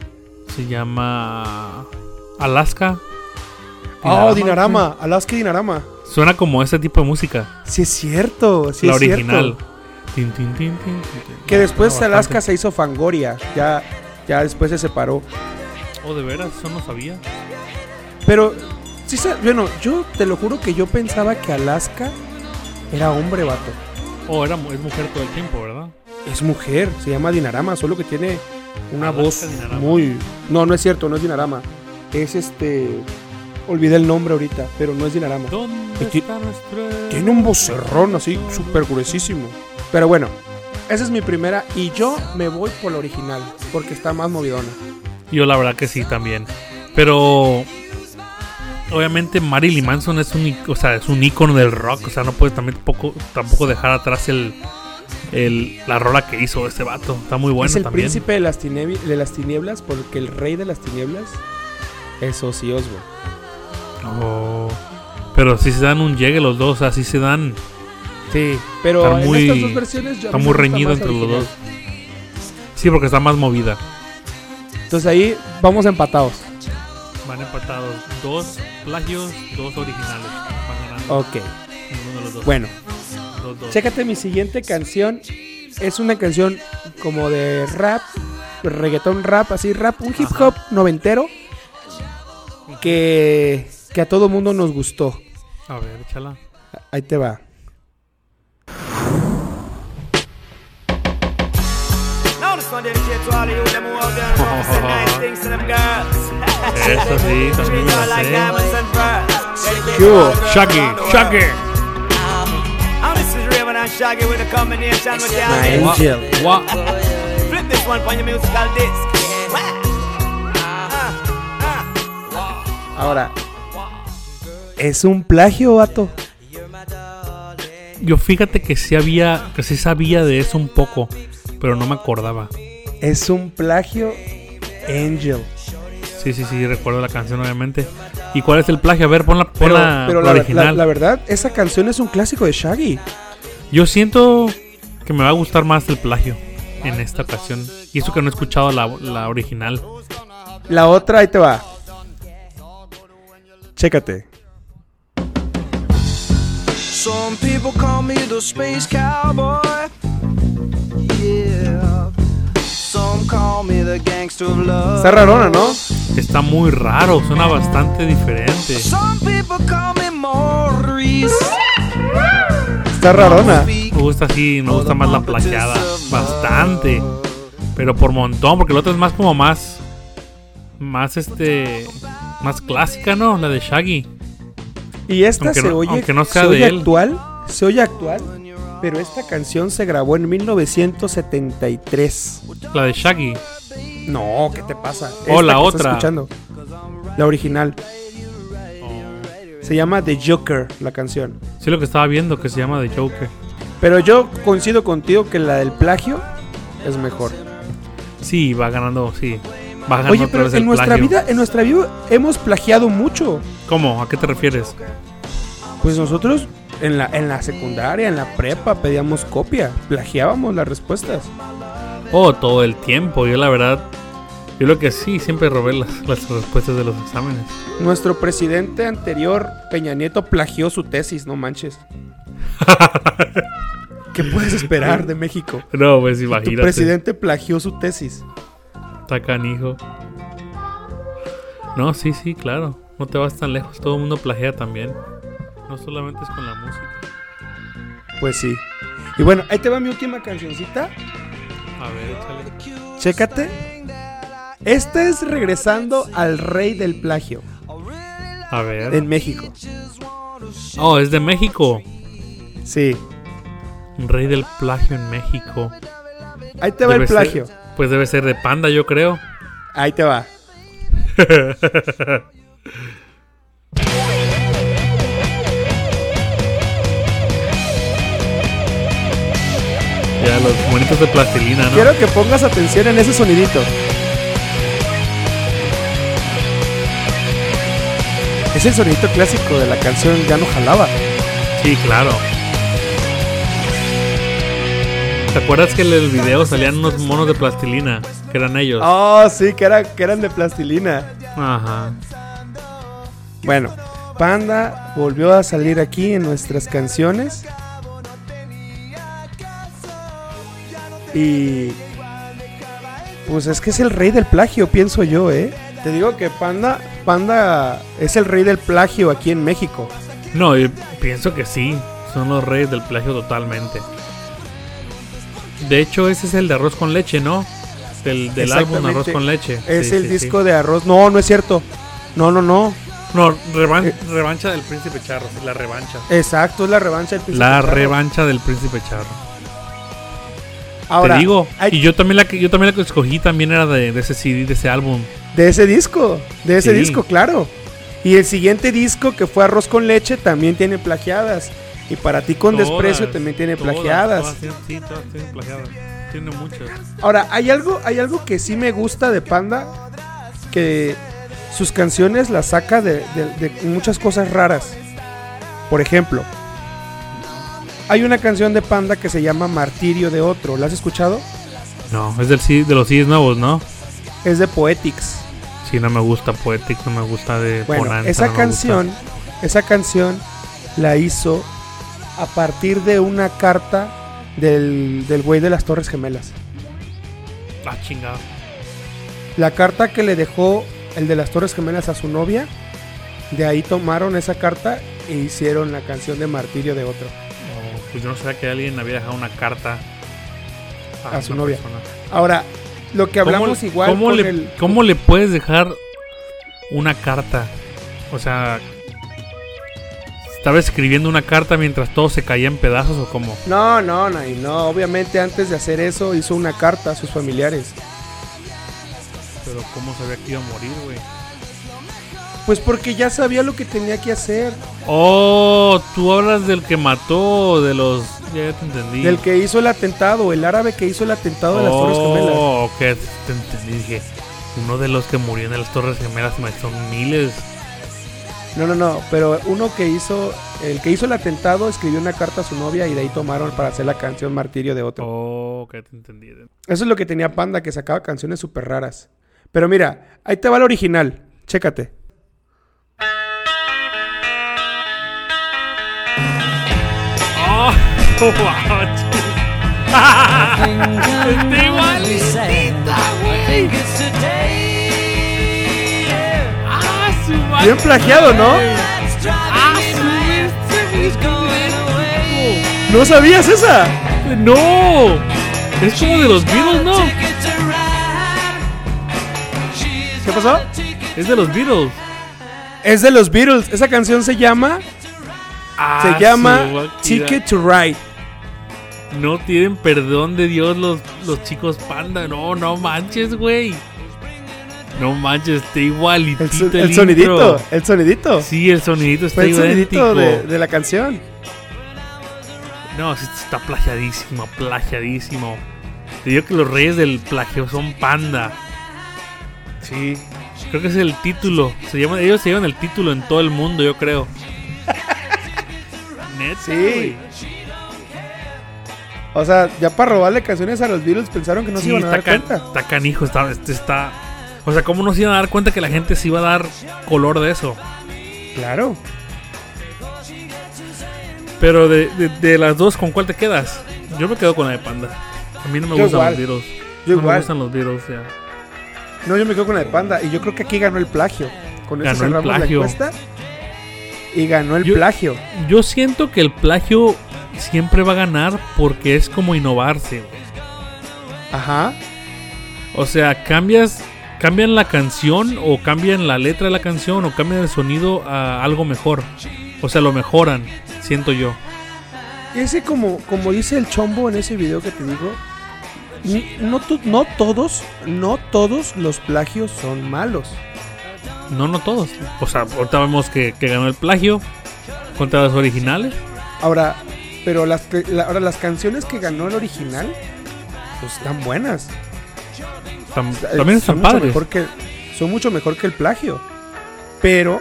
C: Se llama. Alaska.
D: Oh, Dinarama, Alaska y Dinarama.
C: Suena como ese tipo de música.
D: Sí es cierto, sí
C: la
D: es cierto.
C: original. Tin, tin, tin, tin, tin, tin.
D: Que
C: Me
D: después
C: suena
D: Alaska
C: bastante.
D: se hizo Fangoria. Ya, ya después se separó.
C: Oh, de veras, eso no sabía.
D: Pero, sí, sa- bueno, yo te lo juro que yo pensaba que Alaska era hombre, vato.
C: Oh, era, mu- es mujer todo el tiempo, ¿verdad?
D: Es mujer, se llama Dinarama, solo que tiene una
C: Alaska
D: voz
C: Dinarama.
D: muy. No, no es cierto, no es Dinarama. Es este. Olvidé el nombre ahorita, pero no es Dinarama.
C: ¿Dónde
D: Y Pues ti-
C: está nuestro.?
D: Tiene un vocerrón así, súper gruesísimo. Pero bueno, esa es mi primera y yo me voy por la original, porque está más movidona.
C: Yo la verdad que sí también. Pero obviamente Marilyn Manson es un, ic- o sea, es un ícono del rock, o sea, no puedes también tampoco, tampoco dejar atrás el el- la rola que hizo este vato. Está muy bueno
D: es el
C: también.
D: príncipe de las, tinebi- de las tinieblas porque el rey de las tinieblas es Ozzy Osbourne.
C: Oh. Pero si se dan un llegue los dos, así se dan.
D: Sí, pero
C: Está muy-
D: en estas dos versiones yo- a
C: Está
D: mí
C: muy
D: me gusta
C: reñido
D: más
C: entre los
D: original.
C: dos. Sí, porque está más movida.
D: Entonces ahí vamos empatados.
C: Van empatados dos plagios, dos originales. Van ganando
D: Ok,
C: ninguno de los dos.
D: Oh. bueno.
C: Los dos.
D: Chécate mi siguiente canción. Es una canción como de rap, reggaetón rap, así rap, un hip hop noventero que, que a todo mundo nos gustó.
C: A ver, échala.
D: Ahí te va.
H: Now this one dedicated to all of you them who out there represent nice things to them girls.
C: Eso sí, también me
H: Treat all
C: la
H: like
C: sé.
H: diamonds and pearls. Dedicated
D: ¿Qué
H: to
D: hubo?
H: all the girls around
C: Shaggy,
H: the world.
C: Shaggy.
H: And this is Raven and Shaggy with a combination with the
D: My
H: artist.
D: Angel.
C: Wow.
H: Flip this one for your musical disc.
D: Ahora, es un plagio, vato.
C: Yo fíjate que sí había, que sí sabía de eso un poco, pero no me acordaba.
D: Es un plagio, Angel.
C: Sí, sí, sí, recuerdo la canción obviamente. ¿Y cuál es el plagio? A ver, pon la, pon
D: Pero,
C: la-
D: pero
C: la
D: la,
C: original.
D: la- la verdad, esa canción es un clásico de Shaggy.
C: Yo siento que me va a gustar más el plagio en esta ocasión. Y eso que no he escuchado la, la original.
D: La otra, ahí te va. Chécate.
H: Some people call me the space cowboy. Yeah. Some call me the gangster of love.
D: Está rarona, ¿no?
C: Está muy raro, suena bastante diferente.
H: Some people call me Maurice.
D: Está rarona.
C: Me gusta así, me gusta más la plagiada. Bastante. Pero por montón, porque la otra es más como más. Más este. Más clásica, ¿no? La de Shaggy.
D: Y esta
C: Aunque
D: se
C: no-
D: oye,
C: aunque no sea
D: se
C: de
D: oye
C: él.
D: actual, se oye actual, pero esta canción se grabó en 1973.
C: La de Shaggy.
D: No, ¿qué te pasa?
C: O
D: Esta
C: Oh, la
D: que estás
C: otra.
D: escuchando, la original.
C: Oh.
D: Se llama The Joker, la canción.
C: Sí, lo que estaba viendo que se llama The Joker.
D: Pero yo coincido contigo que la del plagio es mejor.
C: Sí, va ganando, sí. Va ganando
D: Oye,
C: otra
D: pero
C: vez
D: en
C: el
D: nuestra
C: plagio.
D: vida, en nuestra vida hemos plagiado mucho.
C: ¿Cómo? ¿A qué te refieres?
D: Pues nosotros en la, en la secundaria, en la prepa, pedíamos copia, plagiábamos las respuestas.
C: Oh, todo el tiempo. Yo la verdad. Yo lo que sí, siempre robé las, las respuestas de los exámenes.
D: Nuestro presidente anterior, Peña Nieto, plagió su tesis, no manches. ¿Qué puedes esperar de México?
C: No, pues
D: Tu
C: imagínate.
D: presidente plagió su tesis.
C: Está canijo. No, sí, sí, claro. No te vas tan lejos. Todo el mundo plagia también. No solamente es con la música.
D: Pues sí. Y bueno, ahí te va mi última cancioncita.
C: A ver, échale.
D: Chécate. Este es regresando al rey del plagio
C: A ver.
D: en México.
C: Oh, es de México.
D: Sí.
C: Rey del plagio en México.
D: Ahí te va el
C: Debe
D: plagio.
C: ser- pues debe ser de Panda, yo creo.
D: Ahí te va.
C: Ya, los monitos de plastilina, ¿no?
D: Quiero que pongas atención en ese sonidito. Es el sonidito clásico de la canción Ya no jalaba.
C: Sí, claro. ¿Te acuerdas que en el video salían unos monos de plastilina? Que eran ellos.
D: Oh, sí, que, era, que eran de plastilina.
C: Ajá.
D: Bueno, Panda volvió a salir aquí en nuestras canciones. Y. Pues es que es el rey del plagio, pienso yo, ¿eh? Te digo que Panda, Panda es el rey del plagio aquí en México.
C: No, yo pienso que sí. Son los reyes del plagio totalmente. De hecho, ese es el de arroz con leche, ¿no? Del, del álbum Arroz
D: Exactamente.
C: con leche.
D: Es
C: Sí,
D: el
C: sí,
D: disco
C: sí.
D: de arroz. No, no es cierto. No, no, no.
C: No, revan-
D: Eh.
C: revancha del príncipe charro. sí, La revancha.
D: Exacto, es la revancha del Príncipe
C: La
D: Charro.
C: revancha del príncipe charro.
D: Ahora,
C: Te digo.
D: hay-
C: Y yo también la que yo también la que escogí también era de, de ese CD, de ese álbum.
D: de ese disco, de ese
C: Sí.
D: disco, claro. Y el siguiente disco que fue Arroz con Leche también tiene plagiadas. Y para ti con
C: Todas,
D: desprecio también tiene
C: todas,
D: plagiadas.
C: todas tienen- sí, todas tienen plagiadas. Tiene muchas.
D: Ahora, hay algo, hay algo que sí me gusta de Panda, que sus canciones las saca de, de- de muchas cosas raras. Por ejemplo, hay una canción de Panda que se llama Martirio de Otro. ¿La has escuchado?
C: No, es del, CD de los CDs nuevos, ¿no?
D: Es de Poetics.
C: Sí, no me gusta Poetic, no me gusta de
D: Bueno,
C: Bonanza,
D: esa
C: no me
D: canción, esa canción la hizo a partir de una carta del, del güey de las Torres Gemelas.
C: gusta. Ah, chingado.
D: La carta que le dejó el de las Torres Gemelas a su novia, de ahí tomaron esa carta e hicieron la canción de Martirio de Otro.
C: No, pues yo no sabía que alguien había dejado una carta
D: A su
C: una
D: novia.
C: persona.
D: Ahora, lo que hablamos
C: ¿Cómo-
D: igual
C: ¿cómo
D: con
C: le,
D: el-
C: ¿Cómo le puedes dejar una carta? O sea, ¿estaba escribiendo una carta mientras todo se caía en pedazos o cómo?
D: No, no, no, y no, obviamente antes de hacer eso hizo una carta a sus familiares.
C: Pero ¿cómo sabía que iba a morir, güey?
D: Pues porque ya sabía lo que tenía que hacer.
C: Oh, tú hablas del que mató, de los... Ya, ya te entendí.
D: Del que hizo el atentado, el árabe que hizo el atentado de las Torres Gemelas.
C: Oh, ok, te entendí. Dije, uno de los que murió en las Torres Gemelas ma, son miles.
D: No, no, no, pero uno que hizo, el que hizo el atentado escribió una carta a su novia y de ahí tomaron para hacer la canción Martirio de otro.
C: Oh, ok, te entendí.
D: Eso es lo que tenía Panda, que sacaba canciones súper raras. Pero mira, ahí te va el original, chécate. Ah,
C: Oh, wow, Está igualita, güey. Ah, su madre.
D: Bien plagiado, ¿no?
C: Ah, su este, güey.
D: ¿No sabías esa?
C: No, es como de los Beatles, ¿no?
D: ¿Qué pasó?
C: Es de los Beatles.
D: Es de los Beatles. Esa canción se llama, se
C: Ah, su
D: llama
C: máquina.
D: Ticket to Ride.
C: No tienen perdón de Dios los, los chicos panda. No, no manches, güey. No manches, está igualitito
D: El,
C: el,
D: so- el
C: intro.
D: sonidito, el sonidito.
C: Sí, el sonidito está
D: Fue el
C: idéntico.
D: sonidito de, de la canción.
C: No, sí, está plagiadísimo, plagiadísimo. Te digo que los reyes del plagio son panda. Sí. Creo que es el título. Se llaman, ellos se llevan el título en todo el mundo, yo creo. Neta,
D: Sí.
C: güey.
D: O sea, ya para robarle canciones a los Beatles pensaron que no se
C: sí,
D: iban a
C: está,
D: dar
C: can-
D: cuenta.
C: está canijo, está, este está. O sea, ¿cómo no se iban a dar cuenta que la gente se iba a dar color de eso?
D: Claro.
C: Pero de, de- de las dos, ¿con cuál te quedas? Yo me quedo con la de Panda. A mí no me
D: Yo
C: gustan
D: igual.
C: los Beatles.
D: Yo
C: no me
D: igual.
C: gustan los Beatles, ya.
D: No, yo me quedo con la de Panda. Y yo creo que aquí ganó el plagio. Con eso
C: Ganó el
D: cerramos la
C: plagio.
D: encuesta. Y ganó el
C: Yo-
D: plagio.
C: Yo siento que el plagio siempre va a ganar porque es como innovarse. güey.
D: Ajá.
C: O sea, cambias, cambian la canción o cambian la letra de la canción o cambian el sonido a algo mejor. O sea, lo mejoran, siento yo.
D: Ese como, como dice el chombo en ese video que te digo. ni- No, tu- no todos, no todos los plagios son malos.
C: No, no todos. O sea, ahorita vemos que, que ganó el plagio contra los originales.
D: Ahora, pero las, que- la- ahora las canciones que ganó el original, pues están buenas.
C: Tam-
D: Eh,
C: también están
D: son mucho
C: padres.
D: Mejor que, son mucho mejor que el plagio. Pero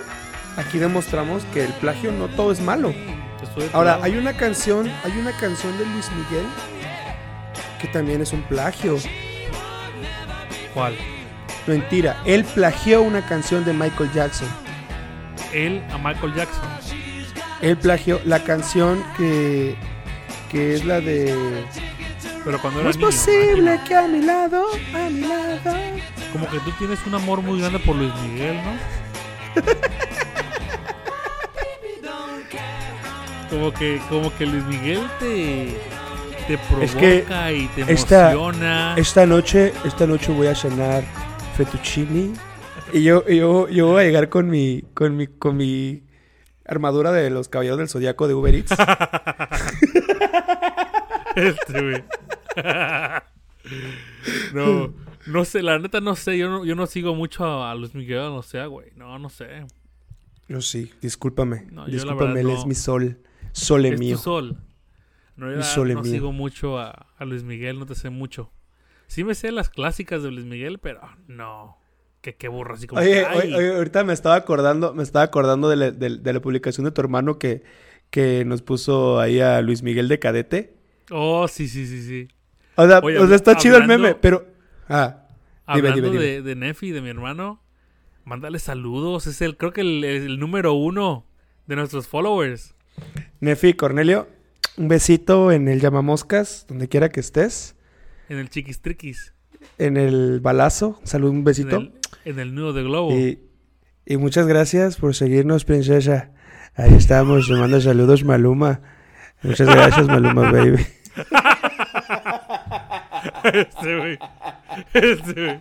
D: aquí demostramos que el plagio no todo es malo.
C: Estoy de tu
D: Ahora,
C: lado.
D: hay una canción, hay una canción de Luis Miguel que también es un plagio.
C: ¿Cuál?
D: Mentira, él plagió una canción de Michael Jackson.
C: Él a Michael Jackson.
D: Él plagió la canción que, que es la de...
C: Pero cuando era
D: No es
C: niño,
D: posible
C: imagino.
D: que a mi lado, a mi lado...
C: Como que tú tienes un amor muy grande por Luis Miguel, ¿no? como que, como que Luis Miguel te, te provoca
D: Es que
C: y te
D: esta-
C: emociona.
D: Esta noche, esta noche voy a cenar fettuccini. Y yo, y yo, yo voy a llegar con mi, con mi, con mi armadura de los caballeros del zodiaco de Uber Eats.
C: Este, güey. no, no sé, la neta no sé, yo no, yo no sigo mucho a, a Luis Miguel, no sé, güey. No, no sé.
D: Yo sí, discúlpame.
C: No, yo la
D: discúlpame,
C: verdad
D: él
C: no.
D: es mi sol. Sole
C: Es tu
D: mío.
C: sol. No,
D: Mi
C: yo, ah,
D: sole
C: no
D: mío.
C: sigo mucho a, a Luis Miguel, no te sé mucho. Sí me sé las clásicas de Luis Miguel, pero no. Que qué burro, así como.
D: Oye,
C: ay.
D: oye, oye, ahorita me estaba acordando, me estaba acordando de la, de- de la publicación de tu hermano que, que nos puso ahí a Luis Miguel de cadete.
C: Oh, sí, sí, sí, sí.
D: O sea,
C: Oye,
D: o sea, está
C: hablando-
D: chido el meme, pero. Ah, dime,
C: Hablando
D: dime, dime.
C: De, de Nefi, de mi hermano, mándale saludos. Es el, creo que el, el número uno de nuestros followers.
D: Nefi, Cornelio, un besito en el llamamoscas, donde quiera que estés.
C: En el Chiquistriquis.
D: En el balazo, salud, un
C: En
D: besito.
C: el, en el nudo de globo.
D: Y, y muchas gracias por seguirnos, princesa. Ahí estamos, te manda saludos, Maluma. Muchas gracias, Maluma, baby.
C: Este güey. Este güey.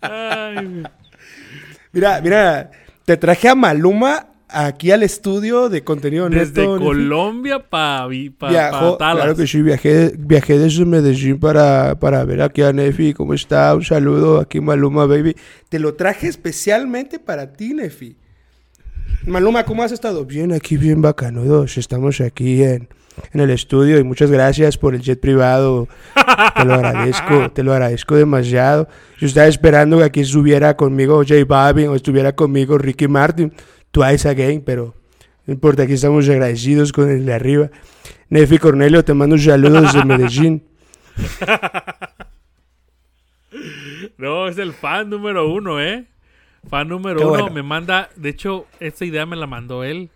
C: Ay, güey.
D: Mira, mira, te traje a Maluma aquí al estudio de contenido
C: Desde
D: neto.
C: Colombia para pa,
D: Viajó,
C: pa Dallas.
D: claro que sí, viajé, viajé desde Medellín para, para ver aquí a Nefi, ¿cómo está? Un saludo aquí Maluma, baby. Te lo traje especialmente para ti, Nefi. Maluma, ¿cómo has estado? Bien, aquí bien bacanudos. Estamos aquí en, en el estudio y muchas gracias por el jet privado. Te lo agradezco, te lo agradezco demasiado. Yo estaba esperando que aquí estuviera conmigo J Balvin o estuviera conmigo Ricky Martin, Twice Again, pero no importa, aquí estamos agradecidos con el de arriba. Nefi Cornelio, te mando un saludo desde Medellín.
C: No, es el fan número uno, ¿eh? Fan número
D: Qué
C: uno.
D: bueno.
C: Me manda. De hecho, esta idea me la mandó él.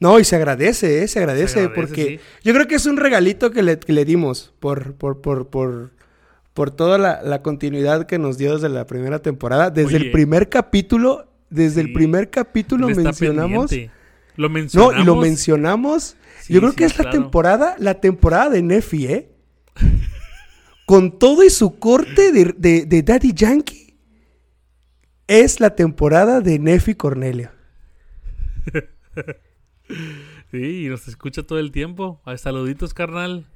D: No, y se agradece, eh, se agradece,
C: Se agradece,
D: porque
C: sí.
D: yo creo que es un regalito que le, que le dimos por, por, por, por, por toda la, la continuidad que nos dio desde la primera temporada. Desde
C: Oye.
D: el primer capítulo, desde
C: Sí.
D: el primer capítulo
C: Él está
D: mencionamos.
C: pendiente. Lo mencionamos.
D: No, y lo mencionamos.
C: Sí,
D: yo creo
C: sí,
D: que es la
C: claro.
D: temporada, la temporada de Nefi, ¿eh? Con todo y su corte de, de- de Daddy Yankee, es la temporada de Nefi Cornelio.
C: Sí, y nos escucha todo el tiempo. Ay, saluditos, carnal.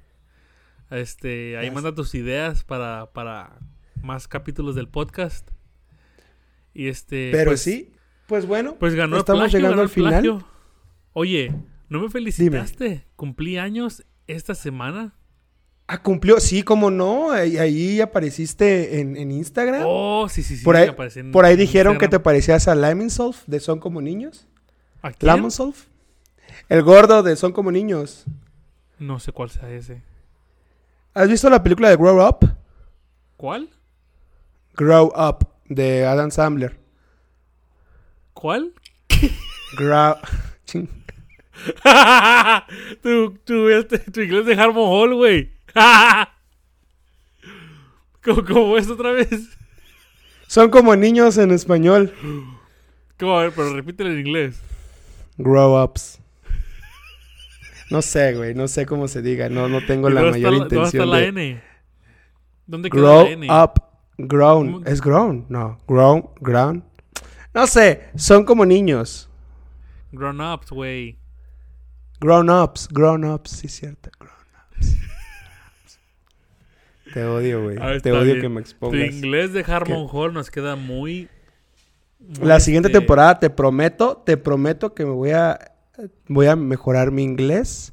C: Este, ahí manda tus ideas para, para más capítulos del podcast. Y este.
D: Pero
C: pues-
D: sí, pues bueno,
C: Pues ganó el
D: estamos
C: plagio,
D: llegando
C: ganó
D: al
C: el
D: final.
C: plagio. Oye, ¿no me felicitaste? Cumplí años esta semana.
D: Ah, cumplió, sí, como no, ahí, ahí apareciste en, en Instagram.
C: Oh, sí, sí, sí.
D: ¿Eh? por, ahí,
C: aparecí en-
D: por ahí
C: en
D: dijeron que te
C: Instagram.
D: parecías a Lamonsolf de Son Como Niños.
C: ¿A quién?
D: Lamonsolf. El gordo de Son Como Niños.
C: No sé cuál sea ese.
D: ¿Has visto la película de Grow Up?
C: ¿Cuál?
D: Grow Up de Adam Sandler.
C: ¿Cuál?
D: Grow. Ching.
C: tu, tu, este, tu inglés de Harmon Hall, güey. ¿Cómo, ¿Cómo es otra vez?
D: Son como niños en español.
C: ¿Cómo? A ver, pero repítelo en inglés.
D: Grow ups. No sé, güey, no sé cómo se diga. No, no tengo
C: ¿Y
D: la
C: dónde está
D: mayor
C: ¿Dónde está
D: intención
C: la
D: de.
C: N? ¿Dónde queda
D: Grow
C: la N?
D: up, grown.
C: ¿Cómo?
D: Es grown, no. Grown, grown. No sé, son como niños.
C: Grown ups, güey.
D: Grown ups, grown ups, sí, cierto. Grown ups. Te odio, güey.
C: Ah,
D: Te
C: está
D: Este odio
C: bien.
D: que me
C: Tu
D: expongas.
C: inglés de Harmon Hall nos queda muy. muy,
D: La siguiente
C: este,
D: temporada, te prometo, te prometo que me voy a voy a mejorar mi inglés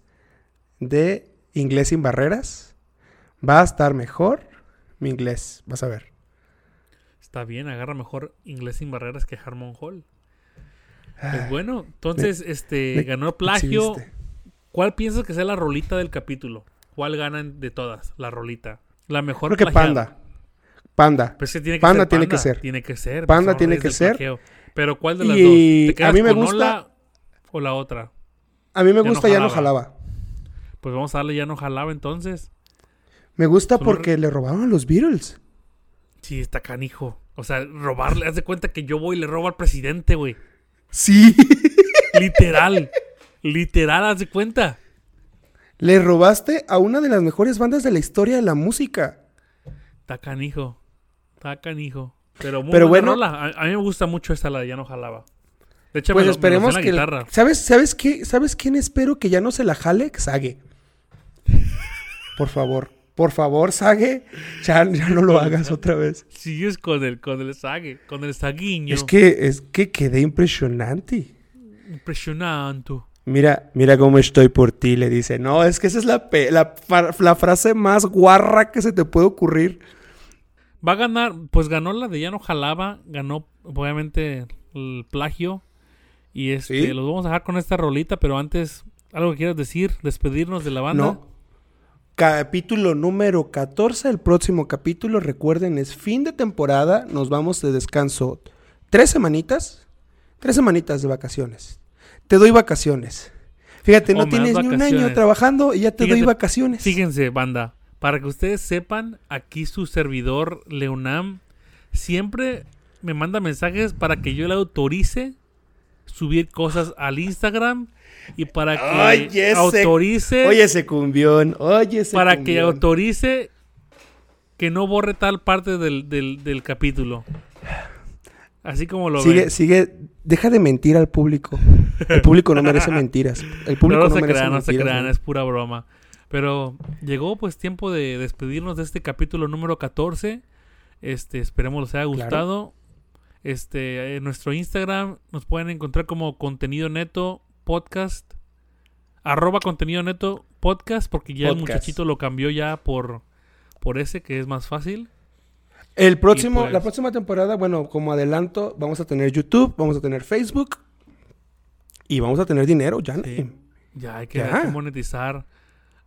D: de inglés sin barreras. Va a estar mejor mi inglés, vas a ver.
C: Está bien, agarra mejor inglés sin barreras que Harmon Hall. Pues bueno, entonces este
D: Ah, me
C: ganó plagio.
D: exhibiste.
C: ¿Cuál piensas que sea la rolita del capítulo? ¿Cuál ganan de todas? La rolita. La mejor
D: Creo que
C: plagiada.
D: panda. Panda.
C: Pues que tiene que
D: Panda
C: ser
D: tiene que ser.
C: Tiene que ser. pues
D: Panda
C: son
D: tiene
C: reyes
D: que
C: del
D: ser.
C: plagiado. Pero ¿cuál de las
D: Y
C: dos? ¿Te quedas
D: a mí me
C: con
D: gusta-
C: Ola o la otra?
D: A mí me
C: Ya no
D: gusta ya no
C: jalaba.
D: jalaba.
C: Pues vamos a darle ya no jalaba entonces.
D: Me gusta
C: Son
D: porque le robaron a los Beatles.
C: Sí, está canijo. O sea, robarle, haz de cuenta que yo voy y le robo al presidente, güey.
D: Sí.
C: Literal. Literal, haz de cuenta.
D: le robaste a una de las mejores bandas de la historia de la música.
C: Está canijo. Está canijo. Pero muy
D: Pero
C: buena
D: bueno.
C: rola. A, a mí me gusta mucho esta, la de Ya no jalaba. De hecho,
D: Pues
C: me lo- me lo sé
D: esperemos
C: en la
D: que.
C: guitarra.
D: ¿Sabes, sabes, qué, ¿Sabes quién espero que ya no se la jale? Sage. Por favor. Por favor, Sage. Ya, ya no lo hagas otra vez.
C: Sigues con el, con el sague, con el saguiño.
D: Es que, es que quedé impresionante.
C: Impresionante.
D: Mira, mira cómo estoy por ti, le dice. No, es que esa es la, pe- la, fa- la frase más guarra que se te puede ocurrir.
C: Va a ganar, pues ganó la de Ya no jalaba, ganó obviamente el plagio. Y este,
D: ¿Sí?
C: los vamos a dejar con esta rolita, pero antes, algo que quieras decir, despedirnos de la banda.
D: No. Capítulo número 14, el próximo capítulo, recuerden, es fin de temporada, nos vamos de descanso tres semanitas, tres semanitas de vacaciones. Te doy vacaciones. Fíjate,
C: O
D: no
C: Oh, me das
D: tienes ni un
C: vacaciones.
D: año trabajando y ya te doy
C: Fíjate,
D: vacaciones.
C: Fíjense, banda, para que ustedes sepan, aquí su servidor Leonam siempre me manda mensajes para que yo le autorice subir cosas al Instagram y para que
D: Oye, ese-
C: autorice
D: Oye ese cumbión, oye ese
C: para que
D: cumbión.
C: autorice que no borre tal parte del, del- del capítulo. Así como lo
D: Sigue,
C: ven.
D: sigue, deja de mentir al público. El público no merece mentiras. El
C: No,
D: público
C: no
D: no,
C: se
D: merece
C: crean, no
D: mentiras.
C: se crean,
D: güey.
C: es pura broma. Pero llegó pues tiempo de despedirnos de este capítulo número 14. Este, esperemos les haya gustado. Este, en nuestro Instagram nos pueden encontrar como contenido neto podcast. Arroba contenido neto podcast, porque ya el
D: Podcast.
C: muchachito lo cambió ya por, por ese, que es más fácil.
D: El próximo,
C: Y pues-
D: la próxima temporada, bueno, como adelanto, vamos a tener YouTube, vamos a tener Facebook y vamos a tener dinero, ya.
C: Sí. Ya hay que,
D: Ya.
C: hay que monetizar.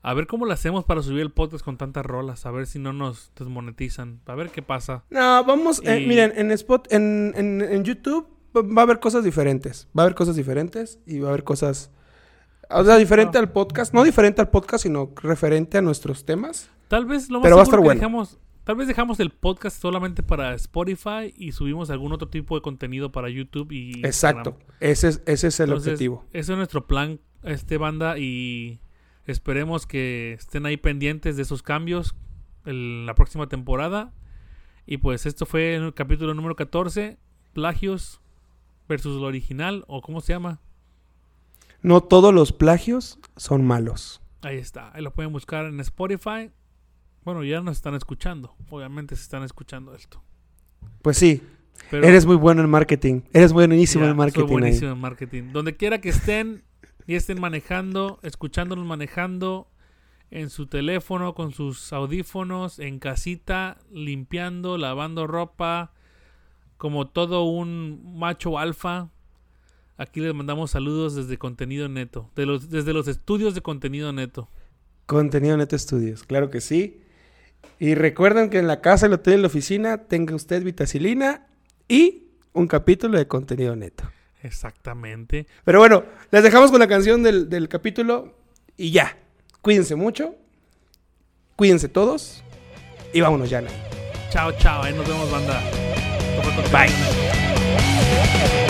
C: A ver cómo lo hacemos para subir el podcast con tantas rolas. A ver si no nos desmonetizan. A ver qué pasa.
D: No, vamos, eh,
C: Y-
D: miren, en Spot, en, en- en YouTube va- va a haber cosas diferentes. Va a haber cosas diferentes y va a haber cosas. O sea, diferente
C: Ah.
D: al podcast, no diferente al podcast, sino referente a nuestros temas.
C: Tal vez lo más
D: Pero va
C: seguro
D: a estar
C: que
D: bueno.
C: dejamos- tal vez dejamos el podcast solamente para Spotify y subimos algún otro tipo de contenido para YouTube y Instagram.
D: Exacto. Ese es, ese es el
C: Entonces,
D: objetivo.
C: Ese es nuestro plan, este banda, y esperemos que estén ahí pendientes de esos cambios en la próxima temporada. Y pues esto fue el capítulo número 14, Plagios versus lo original, o cómo se llama.
D: No todos los plagios son malos.
C: Ahí está, ahí lo pueden buscar en Spotify. Bueno, ya nos están escuchando, obviamente se están escuchando esto.
D: Pues sí,
C: Pero-
D: eres muy bueno en marketing. Eres buenísimo
C: Ya,
D: en marketing.
C: Soy
D: ahí.
C: buenísimo en marketing. Donde quiera que estén y estén manejando, escuchándonos manejando en su teléfono, con sus audífonos, en casita, limpiando, lavando ropa, como todo un macho alfa. Aquí les mandamos saludos desde contenido neto, de los, desde los estudios de contenido neto.
D: Contenido Neto Estudios, claro que sí. Y recuerden que en la casa, el hotel y la oficina tenga usted vitacilina y un capítulo de contenido neto.
C: Exactamente.
D: Pero bueno, les dejamos con la canción del, del capítulo y ya. Cuídense mucho, cuídense todos y vámonos ya. Nay.
C: Chao, chao. Ahí nos vemos, banda. Esto fue Contenido Neto.
D: Bye.